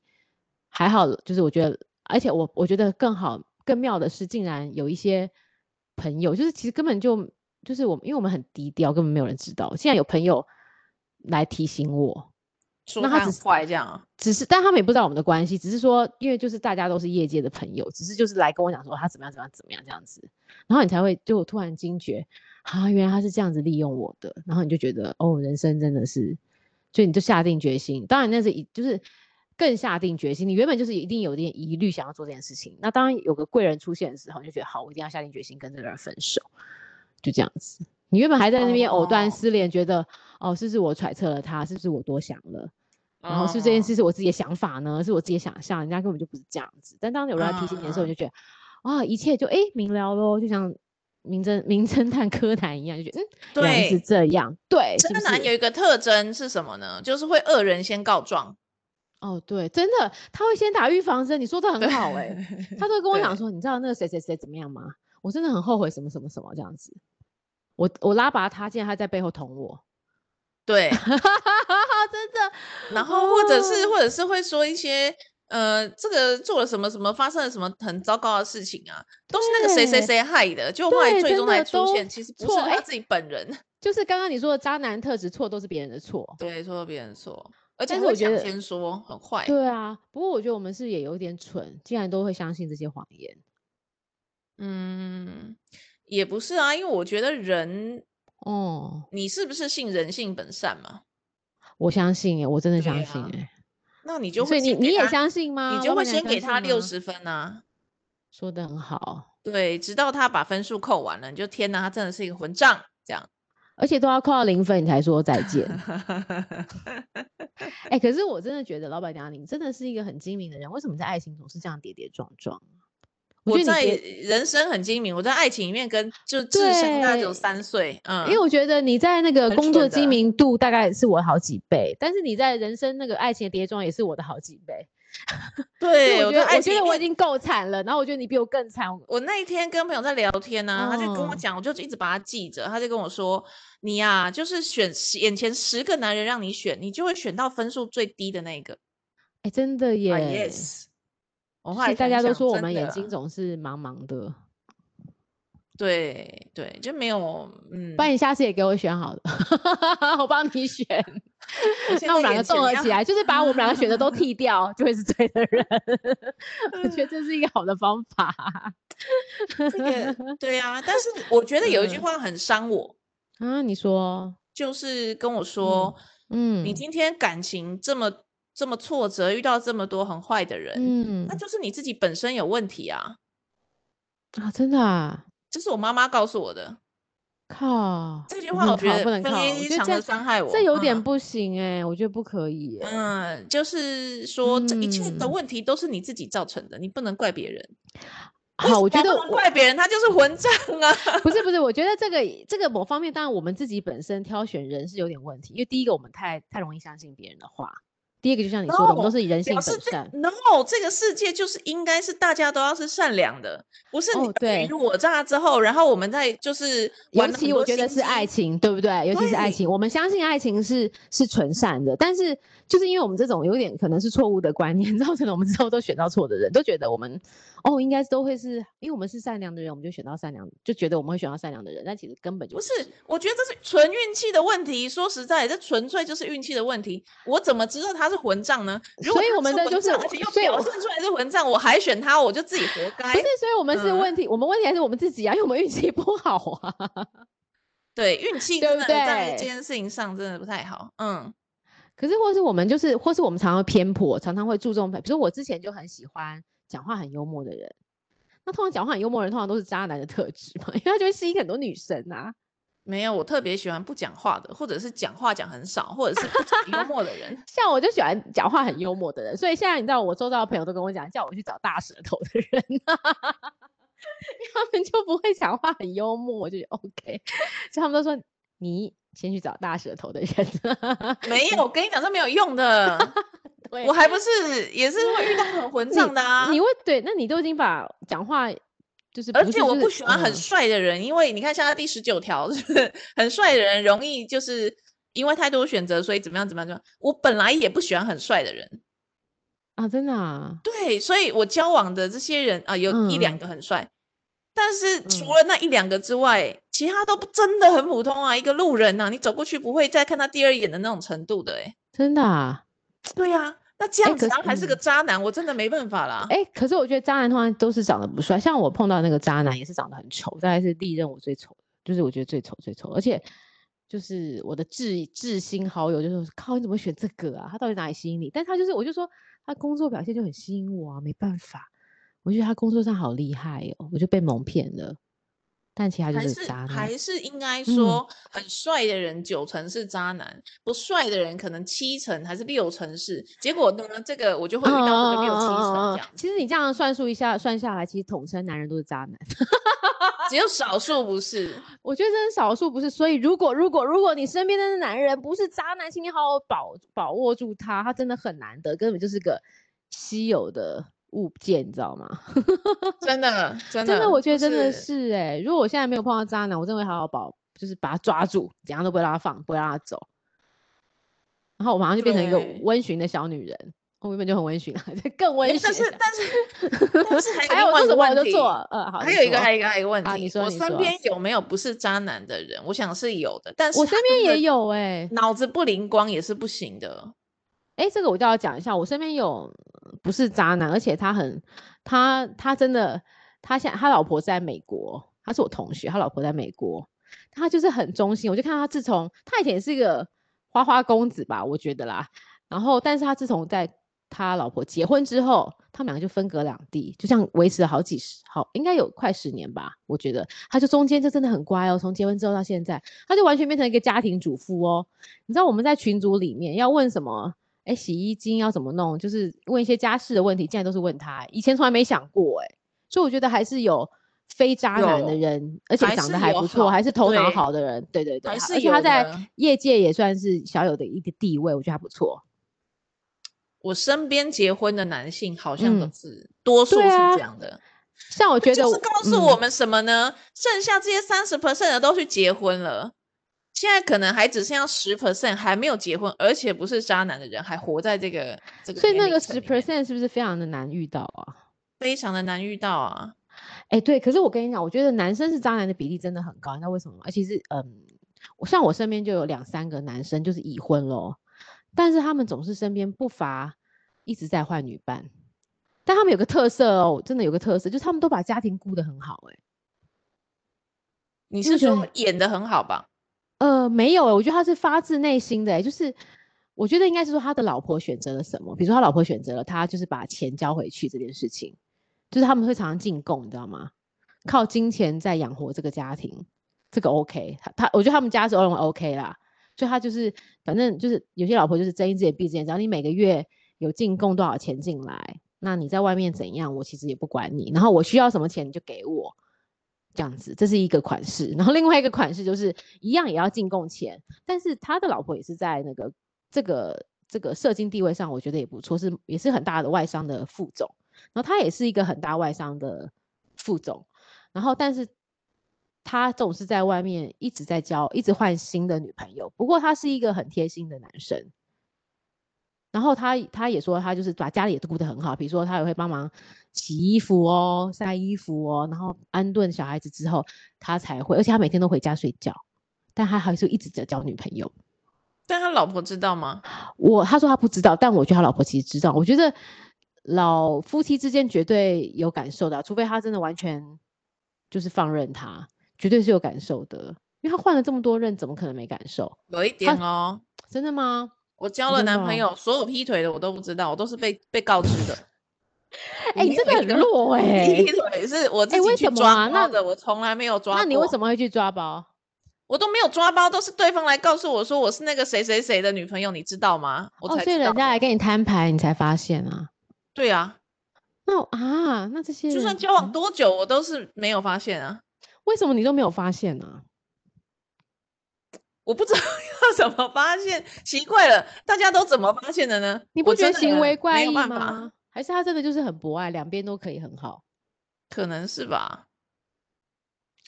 S1: 还好，就是我觉得，而且我我觉得更好、更妙的是，竟然有一些朋友，就是其实根本就就是我们，因为我们很低调，根本没有人知道。现在有朋友来提醒我。
S2: 说
S1: 那他
S2: 很
S1: 只是
S2: 坏这样啊？
S1: 只是，但他们也不知道我们的关系，只是说，因为就是大家都是业界的朋友，只是就是来跟我讲说他怎么样怎么样怎么样这样子，然后你才会就突然惊觉，啊，原来他是这样子利用我的，然后你就觉得哦，人生真的是，所以你就下定决心，当然那是一就是更下定决心，你原本就是一定有点疑虑想要做这件事情，那当然有个贵人出现的时候，你就觉得好，我一定要下定决心跟这个人分手，就这样子。你原本还在那边藕断
S2: 哦
S1: 丝连，觉得哦，是不是我揣测了他，是不是我多想了？然后是不是这件
S2: 哦
S1: 事是我自己的想法呢？是我自己的想象，人家根本就不是这样子。但当有人来提醒你的时候，你就觉得啊、一切就哎明了喽，就像名侦名侦探柯南一样，就觉得嗯，原来是
S2: 对，
S1: 这样，对，是
S2: 渣
S1: 不
S2: 男
S1: 是
S2: 有一个特征是什么呢？就是会恶人先告状。
S1: 哦，对，真的，他会先打预防针，你说的很好哎、他都会跟我讲
S2: 对
S1: 说，你知道那个谁谁谁怎么样吗？我真的很后悔什么什么什么这样子，我我拉拔他，竟然他在背后捅 我，
S2: 对，
S1: 真的，
S2: 然后或者是
S1: 哦
S2: 或者是会说一些呃，这个做了什么什么，发生了什么很糟糕的事情啊，都是那个谁谁
S1: 对
S2: 谁害的，就后来
S1: 对
S2: 最
S1: 真
S2: 终
S1: 的
S2: 才出
S1: 都
S2: 现，其实不
S1: 错
S2: 是他
S1: 哎
S2: 自己本人。
S1: 就是刚刚你说的渣男特质错都是别人的错，
S2: 对，说别人说，而且
S1: 但
S2: 还
S1: 是
S2: 会
S1: 我觉
S2: 抢
S1: 得
S2: 先说，很坏。
S1: 对啊，不过我觉得我们是也有点蠢，竟然都会相信这些谎言。
S2: 嗯，也不是啊，因为我觉得人，
S1: 哦，
S2: 你是不是信人性本善嘛？
S1: 我相信耶，我真的
S2: 对
S1: 相信
S2: 啊
S1: 耶。
S2: 那你就
S1: 所
S2: 会
S1: 以你
S2: 先给
S1: 你也
S2: 他，
S1: 相啊信吗？
S2: 你就
S1: 老
S2: 会
S1: 板娘
S2: 先给
S1: 相
S2: 他
S1: 信
S2: 六
S1: 吗，
S2: 十分啊。
S1: 说的很好，
S2: 对，直到他把分数扣完了，你就天哪，他真的是一个混账，这样。
S1: 而且都要扣到零分你才说再见。 哎、可是我真的觉得老板娘你真的是一个很精明的人，为什么在爱情总是这样跌跌撞撞？啊
S2: 我
S1: 觉得
S2: 在
S1: 你跌，
S2: 人生很精明，我在爱情里面跟就智商大概只有
S1: 对
S2: 三岁，嗯，
S1: 因为我觉得你在那个
S2: 很
S1: 工作
S2: 蠢的
S1: 精明度大概是我好几倍，但是你在人生那个爱情的跌撞也是我的好几倍。所以
S2: 对
S1: 我觉
S2: 在
S1: 得
S2: 爱
S1: 我觉
S2: 情里
S1: 得我已
S2: 面。
S1: 经够惨了，然后我觉得你比我更惨。我
S2: 我那一天跟朋友在聊天呢、他就跟我
S1: 嗯
S2: 讲，我就一直把他记着。他就跟我说：“你呀、就是选十眼前十个男人让你选，你就会选到分数最低的那个。
S1: 哎、真的耶
S2: 啊，yes。我后
S1: 所
S2: 来
S1: 以大
S2: 想
S1: 家都
S2: 想
S1: 说我
S2: 真
S1: 们眼
S2: 的啊
S1: 睛总是茫茫的，
S2: 对对，就没有嗯嗯
S1: 不，然你下次也给我选好了，我帮你选。
S2: 现
S1: 那我
S2: 在
S1: 们两个
S2: 眼前
S1: 动了
S2: 要
S1: 起来，就是把我们两个选择都剔掉，就会是对的 人。我觉得这是一个好的方法。
S2: 这个对啊，但是我觉得有一句
S1: 嗯
S2: 话很伤我，
S1: 啊，你说，
S2: 就是跟我说，
S1: 嗯，
S2: 你今天感情这么这么挫折，遇到这么多很坏的人，
S1: 嗯
S2: 那就是你自己本身有问题啊。
S1: 啊，真的啊，
S2: 这是我妈妈告诉我的
S1: 靠，
S2: 这句
S1: 不
S2: 话，
S1: 能
S2: 我觉
S1: 靠
S2: 得
S1: 嗯不能靠，我觉
S2: 非
S1: 得
S2: 常
S1: 这
S2: 的伤害我。
S1: 这有点
S2: 嗯
S1: 不行哎、我觉得不可以、欸。
S2: 嗯，就是说这一切的
S1: 嗯
S2: 问题都是你自己造成的，你不能怪别人。为
S1: 好，我
S2: 什
S1: 觉
S2: 么
S1: 得
S2: 不能怪别人，他就是混账啊！
S1: 不是不是，我觉得这个这个某方面，当然我们自己本身挑选人是有点问题，因为第一个我们太太容易相信别人的话，第二个就像你说的，我们都
S2: No，
S1: 是以人性
S2: 哦表
S1: 本
S2: 示这
S1: 善。
S2: no，这个世界就是应该是大家都要是善良的，不是你
S1: 哦
S2: 尔虞
S1: 对
S2: 我诈之后，然后我们再就是
S1: 尤
S2: 玩了很
S1: 其
S2: 多
S1: 我觉得
S2: 心
S1: 是爱
S2: 机，
S1: 情，对不对？尤其是爱
S2: 对
S1: 情，我们相信爱情是是纯善的，但是就是因为我们这种有点可能是错误的观念， 造成了我们之后都选到错的人，都觉得我们哦应该都会是因为我们是善良的人，我们就选到善良，就觉得我们会选到善良的人，但其实根本就
S2: 不是？我觉得这是纯运气的问题。说实在，这纯粹就是运气的问题。我怎么知道他是混账呢？如果
S1: 所以
S2: 他
S1: 我们
S2: 是
S1: 的
S2: 混
S1: 就是
S2: 账而且又
S1: 所以
S2: 表
S1: 我
S2: 现出来是混账，我还选他，我就自己活该
S1: 不。是，所以我们是
S2: 嗯
S1: 问题，我们问题还是我们自己啊，因为我们运气不好啊。
S2: 对，运气
S1: 对
S2: 真
S1: 不
S2: 的在这
S1: 对
S2: 件事情上真的不太好。嗯，
S1: 可是，或是我们就是，或是我们常常偏颇，常常会注重，比如说我之前就很喜欢讲话很幽默的人。那通常讲话很幽默的人，通常都是渣男的特质嘛， 因为他就会吸引很多女生啊。
S2: 没有，我特别喜欢不讲话的，或者是讲话讲很少，或者是不讲幽默的人。
S1: 像我就喜欢讲话很幽默的人，所以现在你知道，我周遭的朋友都跟我讲，叫我去找大舌头的人、啊， 因为他们就不会讲话很幽默，我就觉得 OK，所以他们都说你先去找大舌头的人、
S2: 没有，我跟你讲，这没有用的。
S1: 对
S2: 我还不是也是会遇到很混账的啊。
S1: 你会对，那你都已经把讲话就是，
S2: 而且我不喜欢很
S1: 嗯
S2: 帅的人，因为你看像他第十九条， 是不是很帅的人容易就是因为太多选择，所以怎么样怎么样怎么样。我本来也不喜欢很帅的人，
S1: 啊，真的啊，
S2: 对，所以我交往的这些人啊、有一两
S1: 嗯
S2: 个很帅，但是除
S1: 嗯
S2: 了那一两个之外，其他都不真的很普通啊，一个路人呐、你走过去不会再看他第二眼的那种程度的、欸，
S1: 真的啊，
S2: 对呀、那这
S1: 哎
S2: 样子
S1: 可
S2: 然后
S1: 是
S2: 还是个
S1: 嗯
S2: 渣男，我真的没办法啦。
S1: 哎、可是我觉得渣男通常都是长得不帅，像我碰到那个渣男也是长得很丑，大概是历任我最丑的，就是我觉得最丑最丑，而且就是我的至至亲好友就说，靠，你怎么会选这个啊？他到底哪里吸引你？但他就是，我就说他工作表现就很吸引我啊，没办法，我觉得他工作上好厉害哦，我就被蒙骗了，但其他就
S2: 还
S1: 渣男，
S2: 还是应该
S1: 嗯
S2: 说，很帅的人九成是渣男，不帅的人可能七成还是六成是。结果呢，这个
S1: 嗯
S2: 我就会遇到这个六七成这样，
S1: 其实你这样算数一下，算下来，其实统称男人都是渣男。
S2: 只有少数不是。
S1: 我觉得这是少数，不是。所以如果如果如果你身边的男人不是渣男，请你好好把把握住他，他真的很难得，根本就是个稀有的物件，你知道吗？
S2: 真的，真的，
S1: 真的，我觉得
S2: 就
S1: 真的是哎、如果我现在没有碰到渣男，我真的会好好把就是把他抓住，怎样都不会让他放，不会让他走。然后我马上就变成一个
S2: 对
S1: 温驯的小女人，我原本就很温驯啊， 就更温
S2: 哎
S1: 驯。
S2: 但是但是但是还 有
S1: 还有做什么我
S2: 另外一个问
S1: 就
S2: 题
S1: 做，呃，好，
S2: 还
S1: 你
S2: 有一个
S1: 说
S2: 还有一个还有一个问题，
S1: 啊你说
S2: 我
S1: 你
S2: 身
S1: 说
S2: 边有没有不是渣男的人？我想是有的，但是
S1: 我
S2: 他
S1: 身
S2: 真
S1: 边
S2: 的
S1: 也有哎、
S2: 脑子不灵光也是不行的。
S1: 哎，这个我就要讲一下，我身边有不是渣男，而且他很，他他真的，他现在他老婆在美国，他是我同学，他老婆在美国，他就是很忠心，我就看他自从他以前也是一个花花公子吧，我觉得啦，然后但是他自从在他老婆结婚之后，他们两个就分隔两地，就这样维持了好几十，好应该有快十年吧，我觉得他就中间就真的很乖哦，从结婚之后到现在，他就完全变成一个家庭主妇哦，你知道我们在群组里面要问什么？哎，洗衣精要怎么弄？就是问一些家事的问题，竟然都是问他、以前从来没想过哎、所以我觉得还是有非渣男的
S2: 有
S1: 人，而且
S2: 还
S1: 长
S2: 是
S1: 得还
S2: 有
S1: 不错，还
S2: 好
S1: 是头脑
S2: 对
S1: 好的人，对对对，
S2: 还
S1: 他
S2: 是
S1: 而且他
S2: 有
S1: 在
S2: 的
S1: 业界也算是小有的一个地位，我觉得还不错。
S2: 我身边结婚的男性好像都
S1: 嗯
S2: 是、多数
S1: 对
S2: 是
S1: 啊
S2: 这样的，
S1: 像我觉得
S2: 就
S1: 我，
S2: 是告诉我
S1: 嗯
S2: 们什么呢？剩下这些三十 percent 的都去结婚了，现在可能还只剩下十 percent 还没有结婚，而且不是渣男的人还活在这个这个
S1: 所以
S2: 年
S1: 那
S2: 龄
S1: 个
S2: 层
S1: 十
S2: 里面
S1: percent 是不是非常的难遇到啊？
S2: 非常的难遇到啊。
S1: 哎，对，可是我跟你讲，我觉得男生是渣男的比例真的很高，你知道为什么吗？而且是嗯，我像我身边就有两三个男生就是已婚咯，但是他们总是身边不乏一直在换女伴。但他们有个特色哦，真的有个特色，就是他们都把家庭顾得很好、欸。哎，
S2: 你
S1: 就是觉得
S2: 说演的很好吧？
S1: 呃，没有、欸，我觉得他是发自内心的、欸，就是我觉得应该是说他的老婆选择了什么，比如说他老婆选择了他就是把钱交回去这件事情，就是他们会常常进贡，你知道吗？靠金钱在养活这个家庭，这个 OK，他他我觉得他们家是认为 OK 啦，所以他就是反正就是有些老婆就是睁一只眼闭一只眼，只要你每个月有进贡多少钱进来，那你在外面怎样，我其实也不管你，然后我需要什么钱你就给我，这样子，这是一个款式。然后另外一个款式就是一样也要进贡钱，但是他的老婆也是在那个这个这个社经地位上，我觉得也不错，是也是很大的外商的副总，然后他也是一个很大外商的副总，然后但是他总是在外面一直在交，一直换新的女朋友。不过他是一个很贴心的男生。然后他他也说，他就是把家里也顾得很好，比如说他也会帮忙洗衣服哦、晒衣服哦，然后安顿小孩子之后，他才会，而且他每天都回家睡觉，但他还是一直在交女朋友。
S2: 但他老婆知道吗？
S1: 我他说他不知道，但我觉得他老婆其实知道。我觉得老夫妻之间绝对有感受的啊、除非他真的完全就是放任他，绝对是有感受的。因为他换了这么多任，怎么可能没感受？
S2: 有一点哦，
S1: 真的吗？
S2: 我交了
S1: 真的
S2: 男朋
S1: 哦
S2: 友，所有劈腿的我都不知道，我都是被被告知的。
S1: 哎、你
S2: 没
S1: 这
S2: 有
S1: 个
S2: 一
S1: 很
S2: 个
S1: 弱哎、
S2: 劈腿是我自
S1: 哎为
S2: 己去
S1: 什么啊
S2: 抓包
S1: 那
S2: 的，我从来没有抓过。
S1: 那你为什么会去抓包？
S2: 我都没有抓包，都是对方来告诉我说我是那个谁谁谁的女朋友，你知道吗？我才
S1: 哦，
S2: 知
S1: 所以
S2: 道
S1: 人
S2: 的
S1: 家来跟你摊牌，你才发现啊。
S2: 对啊，
S1: 那我啊，那这些
S2: 就算
S1: 人
S2: 交往
S1: 嗯
S2: 多久，我都是没有发现啊，
S1: 为什么你都没有发现呢、
S2: 我不知道 要怎么发现，奇怪了，大家都怎么发现的呢？
S1: 你
S2: 我
S1: 不觉得
S2: 真的
S1: 行为怪
S2: 没
S1: 异
S2: 有办法，
S1: 吗？还是他真的就是很博爱，两边都可以很好？
S2: 可能是吧。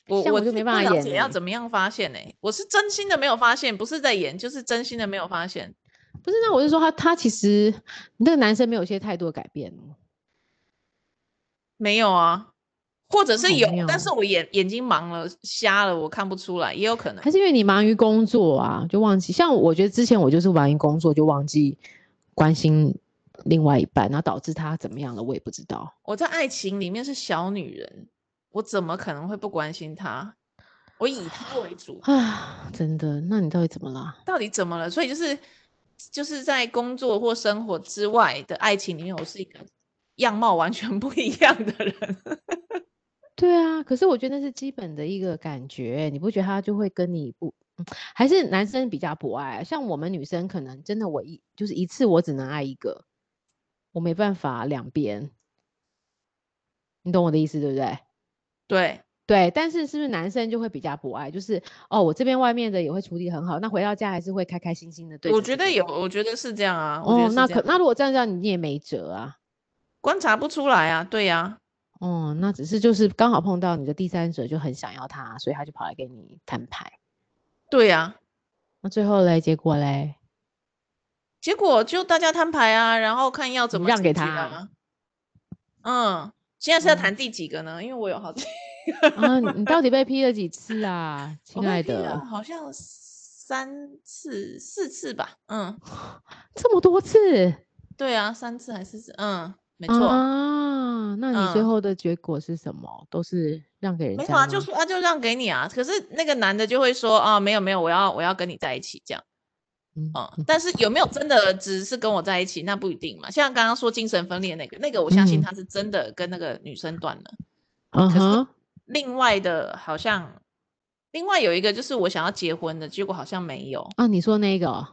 S2: 我
S1: 像我就是没办
S2: 不
S1: 法
S2: 了
S1: 演
S2: 解要
S1: 欸
S2: 怎么样发现呢、我是真心的没有发现，不是在演，就是真心的没有发现。
S1: 不是，那我是说他，他其实那个男生没有一些态度的改变哦。
S2: 没有啊，或
S1: 好
S2: 者是有
S1: 妙，
S2: 但是我眼眼睛盲了、瞎了，我看不出来，也有可能
S1: 还。是因为你忙于工作啊，就忘记。像我觉得之前我就是忙于工作，就忘记关心另外一半，然后导致他怎么样了，我也不知道。
S2: 我在爱情里面是小女人，我怎么可能会不关心他？我以他为主，
S1: 啊，真的？那你到底怎么了？
S2: 到底怎么了？所以就是就是在工作或生活之外的爱情里面，我是一个样貌完全不一样的人。
S1: 对啊，可是我觉得那是基本的一个感觉，你不觉得他就会跟你不，嗯还是男生比较博爱，啊像我们女生可能真的我一就是一次我只能爱一个，我没办法两边，你懂我的意思对不对？
S2: 对，
S1: 对，但是是不是男生就会比较博爱，就是哦，我这边外面的也会处理很好，那回到家还是会开开心心的对。
S2: 我觉得有，，我觉得是这样啊。我
S1: 哦
S2: 觉得，是
S1: 那
S2: 这
S1: 可
S2: 样
S1: 那如果这样这样，你也没辙啊。
S2: 观察不出来啊，对呀、
S1: 哦，那只是就是刚好碰到你的第三者就很想要他，所以他就跑来给你摊牌。
S2: 对呀、
S1: 那最后嘞，结果 嘞，
S2: 结果就大家摊牌啊，然后看要怎
S1: 你
S2: 么
S1: 让
S2: 解
S1: 给
S2: 决
S1: 他
S2: 啊。嗯，现在是要
S1: 嗯
S2: 谈第几个呢？因为我有好几
S1: 啊，你到底被批了几次啊，
S2: 我
S1: 亲
S2: 被
S1: 爱
S2: 骗了
S1: 的？
S2: 好像三次、四次吧。嗯，
S1: 这么多次
S2: 对啊，三次还是四次？嗯，没错，
S1: 啊？那你最
S2: 嗯
S1: 后的结果是什么？都是让给人
S2: 没
S1: 家
S2: 有啊，就
S1: 吗
S2: 说啊，就让给你啊。可是那个男的就会说啊，没有没有，我要我要跟你在一起这样。
S1: 嗯
S2: 嗯，但是有没有真的只是跟我在一起，那不一定嘛。像刚刚说精神分裂那个，那个我相信
S1: 嗯
S2: 他是真的跟那个女生断了。
S1: 嗯
S2: 可是
S1: 哼，
S2: 另外的好像，另外有一个就是我想要结婚的，结果好像没有。
S1: 啊，你说那个哦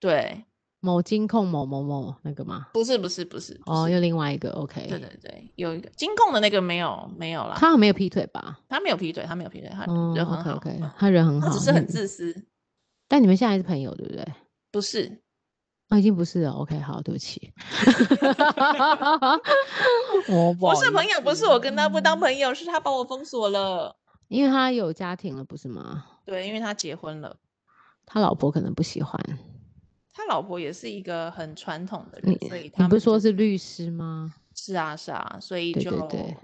S2: 对，
S1: 某金控某某某那个吗？
S2: 不是不是不是不
S1: 哦，
S2: 是
S1: 又另外一个，OK，
S2: 对对对，有一个金控的那个没有没有啦，
S1: 他好像没有劈腿吧？
S2: 他没有劈腿，他没有劈腿，他
S1: 嗯
S2: 啊人很
S1: ，OK
S2: 好，
S1: OK，
S2: 嗯
S1: 他人很
S2: 他
S1: 好，
S2: 只是很
S1: 你
S2: 自私，
S1: 但你们现在还是朋友对不对？
S2: 不是。
S1: 啊，已经不是了，OK，好，对不 起， 我
S2: 不
S1: 好
S2: 是朋
S1: 意
S2: 友，不是
S1: 思
S2: 我跟他不当
S1: 嗯
S2: 朋友，是他把我封锁了。
S1: 因为他有家庭了，不是吗？
S2: 对，因为他结婚了，
S1: 他老婆可能不喜欢
S2: 嗯他老婆也是一个很传统的
S1: 你
S2: 人，所以，他
S1: 你
S2: 们
S1: 不是说
S2: 就是
S1: 律师吗？
S2: 是啊是啊，所以
S1: 对
S2: 就
S1: 对对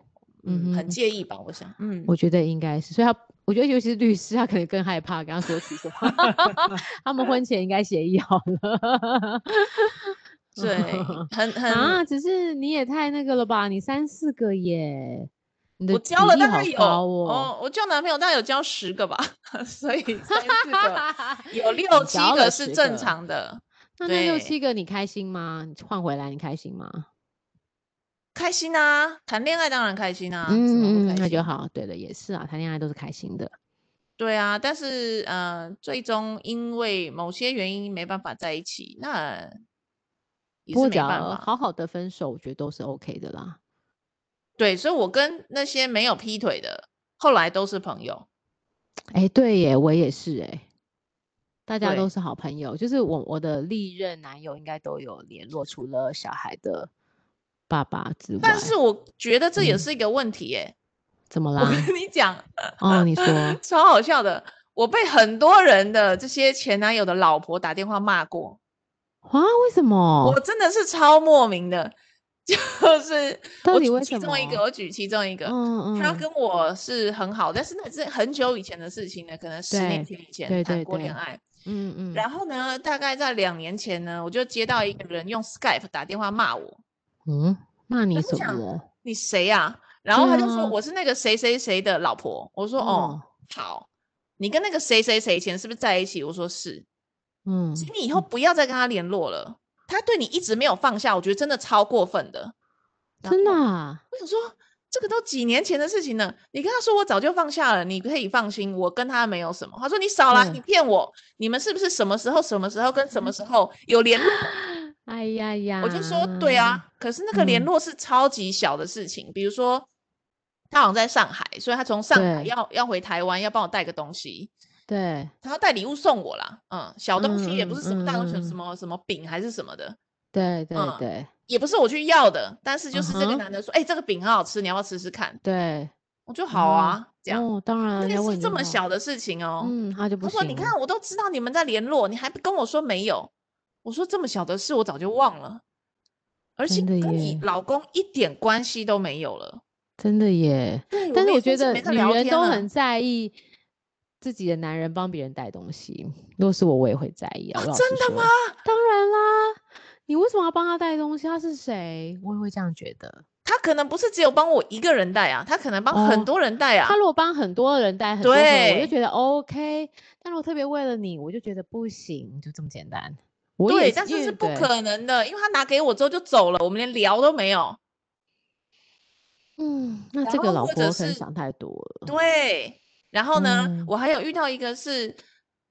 S2: 嗯
S1: 嗯
S2: 很
S1: 哼
S2: 介意吧，我想嗯
S1: 我觉得应该是，所以他我觉得尤其是律师，他可能更害怕跟他说取什 么，他们婚前应该协议好了。
S2: 对，很很、
S1: 啊，只是你也太那个了吧？你三四个耶，你的
S2: 我交
S1: 比
S2: 了
S1: 例
S2: 大概
S1: 好
S2: 有
S1: 高哦，
S2: 哦，我交男朋友大概有交十个吧， 所以三 四个有六
S1: 你
S2: 七
S1: 交
S2: 个
S1: 了
S2: 是
S1: 10
S2: 正
S1: 个
S2: 常的，
S1: 那那六
S2: 对
S1: 七个你开心吗？你换回来你开心吗？
S2: 开心啊，谈恋爱当然开心啊，怎么不
S1: 嗯嗯
S2: 开
S1: 嗯，那就
S2: 心。
S1: 好。对了，也是啊，谈恋爱都是开心的。
S2: 对啊，但是呃，最终因为某些原因没办法在一起，那也
S1: 不过
S2: 是没
S1: 只
S2: 办
S1: 要
S2: 法。
S1: 好好的分手，我觉得都是 OK 的啦。
S2: 对，所以我跟那些没有劈腿的，后来都是朋友。
S1: 哎，对耶，我也是哎，大家都
S2: 对
S1: 是好朋友。就是我我的历任男友应该都有联络，除了小孩的爸爸之外。
S2: 但是我觉得这也
S1: 嗯
S2: 是一个问题耶、
S1: 怎么
S2: 我
S1: 啦？
S2: 跟你讲，
S1: 哦， 你说
S2: 超好笑的。我被很多人的这些前男友的老婆打电话骂过，
S1: 啊？为什么
S2: 我？真的是超莫名的。 就是
S1: 到
S2: 我
S1: 底
S2: 举
S1: 为
S2: 其
S1: 什
S2: 中一个，
S1: 么
S2: 我举其中一个，
S1: 嗯
S2: 他
S1: 嗯
S2: 跟我是很好，但是那是很久以前的事情了，可能十年前以前
S1: 对
S2: 谈
S1: 对
S2: 过恋
S1: 对
S2: 爱。
S1: 嗯嗯，
S2: 然后呢，大概在两年前呢，我就接到一个人用 Skype 打电话骂我
S1: 嗯，骂你
S2: 我
S1: 什
S2: 想
S1: 么？：“
S2: 你谁呀、然后他就说：“
S1: 啊
S2: 我是那个谁谁谁的老婆。”我说：“哦，好，你跟那个谁谁谁以前是不是在一起？”我说：“是。”
S1: 嗯，
S2: 请你以后不要再跟他联络了。他对你一直没有放下，我觉得真的超过分的。然
S1: 真的
S2: 后
S1: 啊，
S2: 我想说，这个都几年前的事情了。你跟他说我早就放下了，你可以放心，我跟他没有什么。他说你少来，
S1: 对
S2: 你骗我，你们是不是什么时候、什么时候跟什么时候有联络？
S1: 哎呀呀，
S2: 我就说对啊，可是那个联
S1: 嗯
S2: 络是超级小的事情，比如说他好像在上海，所以他从上海
S1: 对
S2: 要要回台湾，要帮我带个东西。
S1: 对，
S2: 他要带礼物送我啦，嗯，小东西也不
S1: 嗯
S2: 是什么大东西，
S1: 嗯嗯嗯
S2: 什么什么饼还是什么的，
S1: 对对
S2: 嗯
S1: 对
S2: 也不是我去要的，但是就是
S1: 嗯
S2: 这个
S1: 哼
S2: 男的说，哎、这个饼很好吃，你要不要吃吃看？
S1: 对，
S2: 我就好啊，这样，
S1: 哦，当然啊，
S2: 这
S1: 人家
S2: 个
S1: 问
S2: 是
S1: 你
S2: 这
S1: 就
S2: 么
S1: 好，
S2: 小的事情哦。
S1: 嗯，他就不
S2: 他
S1: 行
S2: 说，
S1: 了。
S2: 你看，我都知道你们在联络，你还不跟我说没有？我说这么小的事，我早就忘了，而且
S1: 真的
S2: 跟你
S1: 耶
S2: 老公一点关系都没有了。
S1: 真的耶。
S2: 对，
S1: 但
S2: 们
S1: 是
S2: 也
S1: 我
S2: 真
S1: 觉得
S2: 没在
S1: 女
S2: 聊
S1: 人
S2: 天啊
S1: 都
S2: 了
S1: 很哦在意自己的男人帮别人带东西，如果是我，我也会在意啊。
S2: 哦
S1: 我老
S2: 真
S1: 实
S2: 的
S1: 说
S2: 吗？？
S1: 当然啦，你为什么要帮他带东西？他是谁？我也会这样觉得。
S2: 他可能不是只有帮我一个人带啊，他可能帮很
S1: 哦
S2: 多人带啊。
S1: 他如果帮很多人带很多朋友，我
S2: 对
S1: 就觉得 OK。但如果特别为了你，我就觉得不行，就这么简单。我也
S2: 对，但
S1: 因
S2: 是
S1: 为
S2: 是不
S1: 对
S2: 可能的，因为他拿给我之后就走了，我们连聊都没有。
S1: 嗯，那
S2: 然
S1: 这
S2: 后
S1: 个老
S2: 或
S1: 婆
S2: 者
S1: 可能
S2: 是
S1: 想太多了。
S2: 对，然后呢，
S1: 嗯
S2: 我还有遇到一个是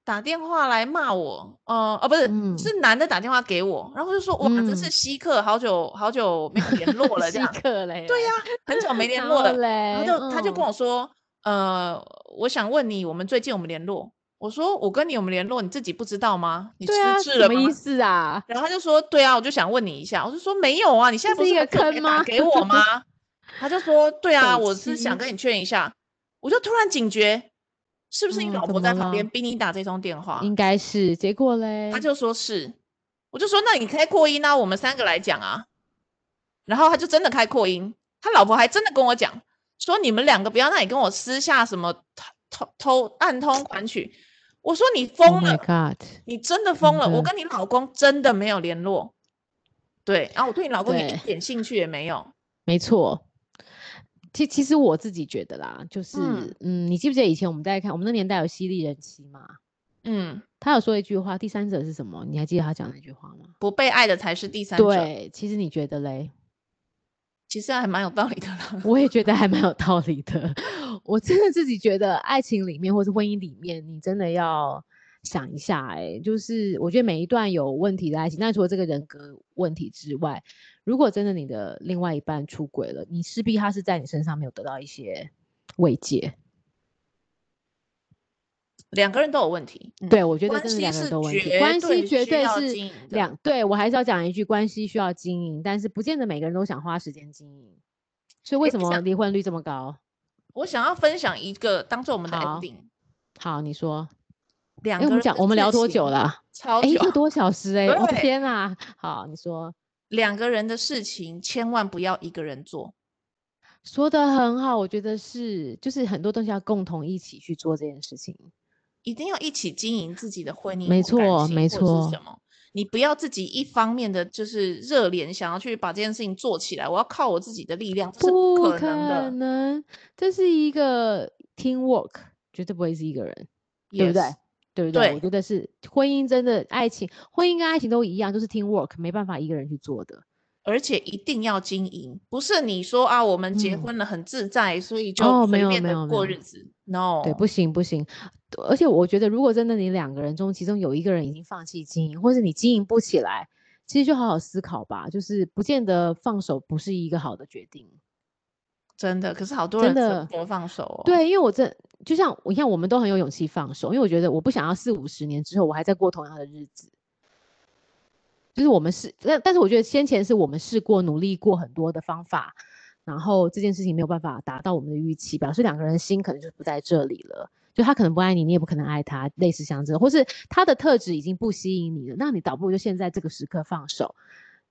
S2: 打电话来骂我，呃，哦，不是，
S1: 嗯
S2: 是男的打电话给我，然后就说哇，这是
S1: 嗯
S2: 稀客，好久好久没有联络了，这
S1: 稀
S2: 样，
S1: 客嘞，
S2: 对呀、很久没联
S1: 然后
S2: 络了。然后
S1: 嘞，
S2: 就他就
S1: 嗯
S2: 跟我说，呃，我想问你，我们最近有没有联络？我说我跟你有没有联络，你自己不知道吗？你
S1: 对啊，
S2: 失智
S1: 什
S2: 了
S1: 么
S2: 吗
S1: 意？思啊？
S2: 然后他就说：“对啊，我就想问你一下。”我就说：“没有啊，你现在
S1: 这
S2: 不
S1: 是一
S2: 很
S1: 个
S2: 久没
S1: 坑
S2: 打
S1: 吗
S2: 给我吗？”他就说：“对啊，
S1: 北
S2: 我是想
S1: 七
S2: 跟你确认一下。”我就突然警觉，是不是你
S1: 嗯
S2: 老
S1: 怎
S2: 婆在
S1: 么
S2: 旁边
S1: 了
S2: 逼你打这通电话？
S1: 应该是，结果嘞，
S2: 啊他就说是，我就说：“那你开扩音啊，我们三个来讲啊。”然后他就真的开扩音，他老婆还真的跟我讲说：“你们两个不要那里跟我私下什么偷偷偷暗通款曲。”我说：“你
S1: Oh
S2: 疯了
S1: my God，
S2: 你真的疯
S1: 真
S2: 了！我
S1: 的
S2: 跟你老公真的没有联络，对，啊然后我对你老公也一
S1: 对
S2: 点兴趣也没有。
S1: 没错。其其实我自己觉得啦，就是
S2: 嗯
S1: 嗯你记不记得以前我们在看我们那年代有犀利人妻嘛？
S2: 嗯，
S1: 他有说一句话，第三者是什么？你还记得他讲那句话吗？
S2: 不被爱的才是第三者，
S1: 对，其实你觉得嘞？
S2: 其实还蛮有道理的啦。
S1: 我也觉得还蛮有道理的。我真的自己觉得，爱情里面或是婚姻里面，你真的要想一下、欸，就是我觉得每一段有问题的爱情，那除了这个人格问题之外，如果真的你的另外一半出轨了，你势必他是在你身上没有得到一些慰藉。
S2: 两个人都有问题，嗯
S1: 对，我觉得
S2: 关
S1: 真的
S2: 系
S1: 两个人
S2: 是
S1: 都有问题，
S2: 绝
S1: 关
S2: 对
S1: 系绝
S2: 需
S1: 对
S2: 要
S1: 是
S2: 经营的
S1: 两。对我还是要讲一句，关系需要经营，但是不见得每个人都想花时间经营。所以为
S2: 诶
S1: 什
S2: 我
S1: 么
S2: 想
S1: 离婚率这么高？
S2: 我想要分享一个当做我们的
S1: 好
S2: ending，
S1: 好，你说。
S2: 两
S1: 哎、
S2: 个
S1: 我
S2: 人
S1: 们讲
S2: 的
S1: 我们
S2: 事
S1: 聊多久
S2: 情
S1: 了啊？
S2: 超
S1: 哎，一
S2: 久
S1: 个，多小 时哎、我的
S2: 对
S1: 天啊！好，你说
S2: 两个人的事情千万不要一个人做，
S1: 说的很好，我觉得是，就是很多东西要共同一起去做这件事情。
S2: 一定要一起经营自己的婚姻，
S1: 没
S2: 或感
S1: 错
S2: 情
S1: 没
S2: 或者
S1: 错
S2: 是什么？你不要自己一方面的就是热脸想要去把这件事情做起来，我要靠我自己的力量，这是不
S1: 不
S2: 可能的。
S1: 能这是一个 team work，绝对不会是一个人，对不对
S2: Yes，
S1: 对不对？
S2: 对
S1: 我觉得是婚姻真的爱情，婚姻跟爱情都一样，就是 team work，没办法一个人去做的。
S2: 而且一定要经营，不是你说啊，我们结
S1: 嗯
S2: 婚了很自在，所以就
S1: 哦没
S2: 随
S1: 有
S2: 便
S1: 没
S2: 的
S1: 有没
S2: 过
S1: 有
S2: 日子。No，
S1: 对，不行不行。而且我觉得，如果真的你两个人中，其中有一个人已经放弃经营，或是你经营不起来，其实就好好思考吧，就是不见得放手不是一个好的决定。
S2: 真的。可是好多人
S1: 真
S2: 舍
S1: 的
S2: 不得放手哦。，
S1: 对，因为我真就像我你看，我们都很有勇气放手，因为我觉得我不想要四五十年之后我还在过同样的日子。就是我们是，但但是我觉得先前是我们试过努力过很多的方法，然后这件事情没有办法达到我们的预期，表示两个人的心可能就不在这里了。就他可能不爱你，你也不可能爱他，类似像这种，或是他的特质已经不吸引你了，那你倒不如就现在这个时刻放手，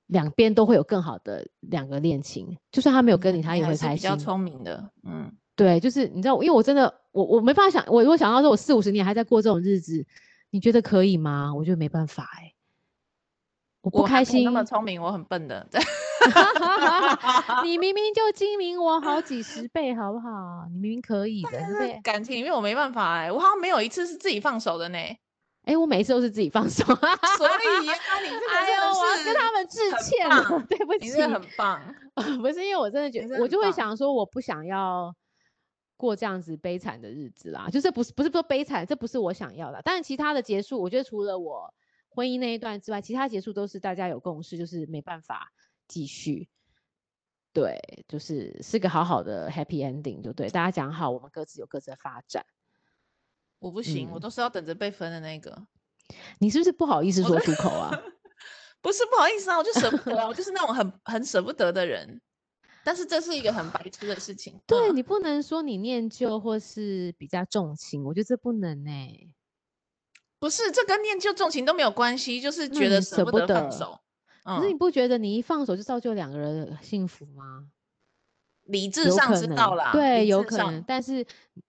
S1: 两边都会有更好的两个恋情。就算他没有跟你，他也
S2: 嗯还
S1: 会
S2: 是
S1: 开
S2: 比
S1: 心。
S2: 较聪明的。嗯，
S1: 对，就是你知道，因为我真的，我我没办法想，我如果想到说我四五十年还在过这种日子，你觉得可以吗？我觉得没办法哎、我不
S2: 我还
S1: 开心
S2: 没有 那。么聪明，我很笨的。 对
S1: 你明明就精明我好几十倍，好不好？你明明可以的，对不对？
S2: 感情里面我没办法哎、我好像没有一次是自己放手的呢。
S1: 哎，我每一次都是自己放 手。
S2: 所以呀、你这个
S1: 哎
S2: 真
S1: 呦，我
S2: 的
S1: 要
S2: 是，
S1: 跟他们致
S2: 很
S1: 歉了，
S2: 棒
S1: 对不
S2: 你
S1: 起。
S2: 真的很棒。
S1: 不是因为我真的觉
S2: 你
S1: 得，
S2: 真
S1: 我
S2: 的
S1: 就
S2: 很
S1: 会
S2: 棒
S1: 想说，我不想要过这样子悲惨的日子啦。就是不是不是说悲惨，这不是我想要的。但是其他的结束，我觉得除了我婚姻那一段之外，其他结束都是大家有共识，就是没办法继续。对，就是是个好好的 happy ending，就对，大家讲好，我们各自有各自的发展。
S2: 我不行，我
S1: 嗯
S2: 都是要等着被分的那个。
S1: 你是不是不好意思
S2: 我
S1: 说
S2: 的
S1: 出口啊？
S2: 不是不好意思啊，我就舍不得啊，我就是那种很很舍不得的人。但是这是一个很白痴的事情。
S1: 对
S2: 嗯
S1: 你不能说你念旧或是比较重情，我觉得这不能呢、欸
S2: 不是这跟念旧重情都没有关系，就是
S1: 那
S2: 觉得
S1: 你嗯舍
S2: 舍
S1: 不
S2: 得放
S1: 得
S2: 手。
S1: 可是你
S2: 嗯，
S1: 不觉得你一放手就造就两个人的幸福吗？
S2: 理智
S1: 有
S2: 上
S1: 可
S2: 知
S1: 能，
S2: 道啦，
S1: 对，
S2: 理
S1: 有
S2: 智
S1: 可
S2: 上
S1: 能，但是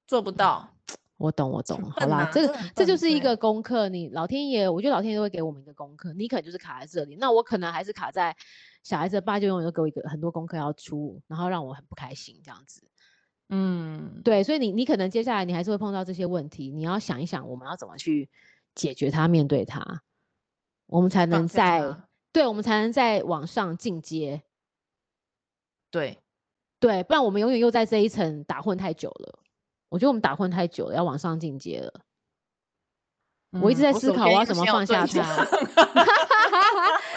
S2: 做不到。
S1: 我懂，我懂。好
S2: 笨
S1: 啦，
S2: 啊
S1: 这
S2: 真
S1: 个
S2: 的很
S1: 这就
S2: 笨
S1: 是一
S2: 对
S1: 个功课，你老天爷，我觉得老天爷都会给我们一个功课，你可能就是卡在这里，那我可能还是卡在小孩子的爸就永远都给我一个很多功课要出，然后让我很不开心这样子。
S2: 嗯，
S1: 对，所以你你可能接下来你还是会碰到这些问题，你要想一想我们要怎么去解决它、面对它，我们才能
S2: 放下
S1: 在
S2: 它
S1: 对，我们才能在往上进阶。
S2: 对，
S1: 对，不然我们永远又在这一层打混太久了。我觉得我们打混太久了，要往上进阶了。我一直
S2: 嗯
S1: 在思
S2: 首
S1: 考
S2: 先
S1: 我要
S2: 要
S1: 怎么
S2: 先有
S1: 放下
S2: 对象
S1: 它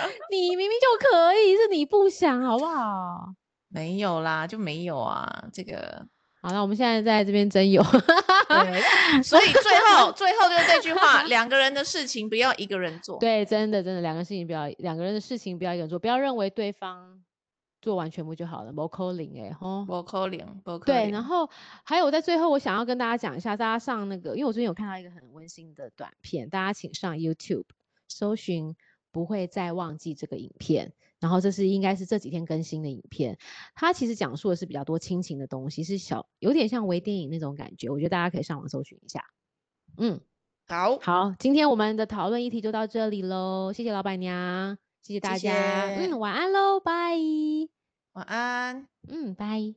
S1: 你明明就可以，是你不想，好不好？
S2: 没有啦，就没有啊，这个
S1: 好了，我们现在在这边真有，
S2: 对，啊 所以最后最后就是这 句话：两个人的事情不要一个人做。
S1: 对，真的真的，两个事情不要，两个人的事情不要一个人做，不要认为对方做完全部就好了，没扣零哎吼。
S2: 不可能，不可能。
S1: 对，然后还有在最后，我想要跟大家讲一下，大家上那个，因为我最近有看到一个很温馨的短片，大家请上 YouTube 搜寻“不会再忘记”这个影片。然后这是应该是这几天更新的影片，它其实讲述的是比较多亲情的东西，是小有点像微电影那种感觉，我觉得大家可以上网搜寻一下。嗯，
S2: 好，
S1: 好，今天我们的讨论议题就到这里喽，谢谢老板娘，谢谢大家，
S2: 谢
S1: 嗯，晚安喽，拜，
S2: 晚安。
S1: 嗯，拜。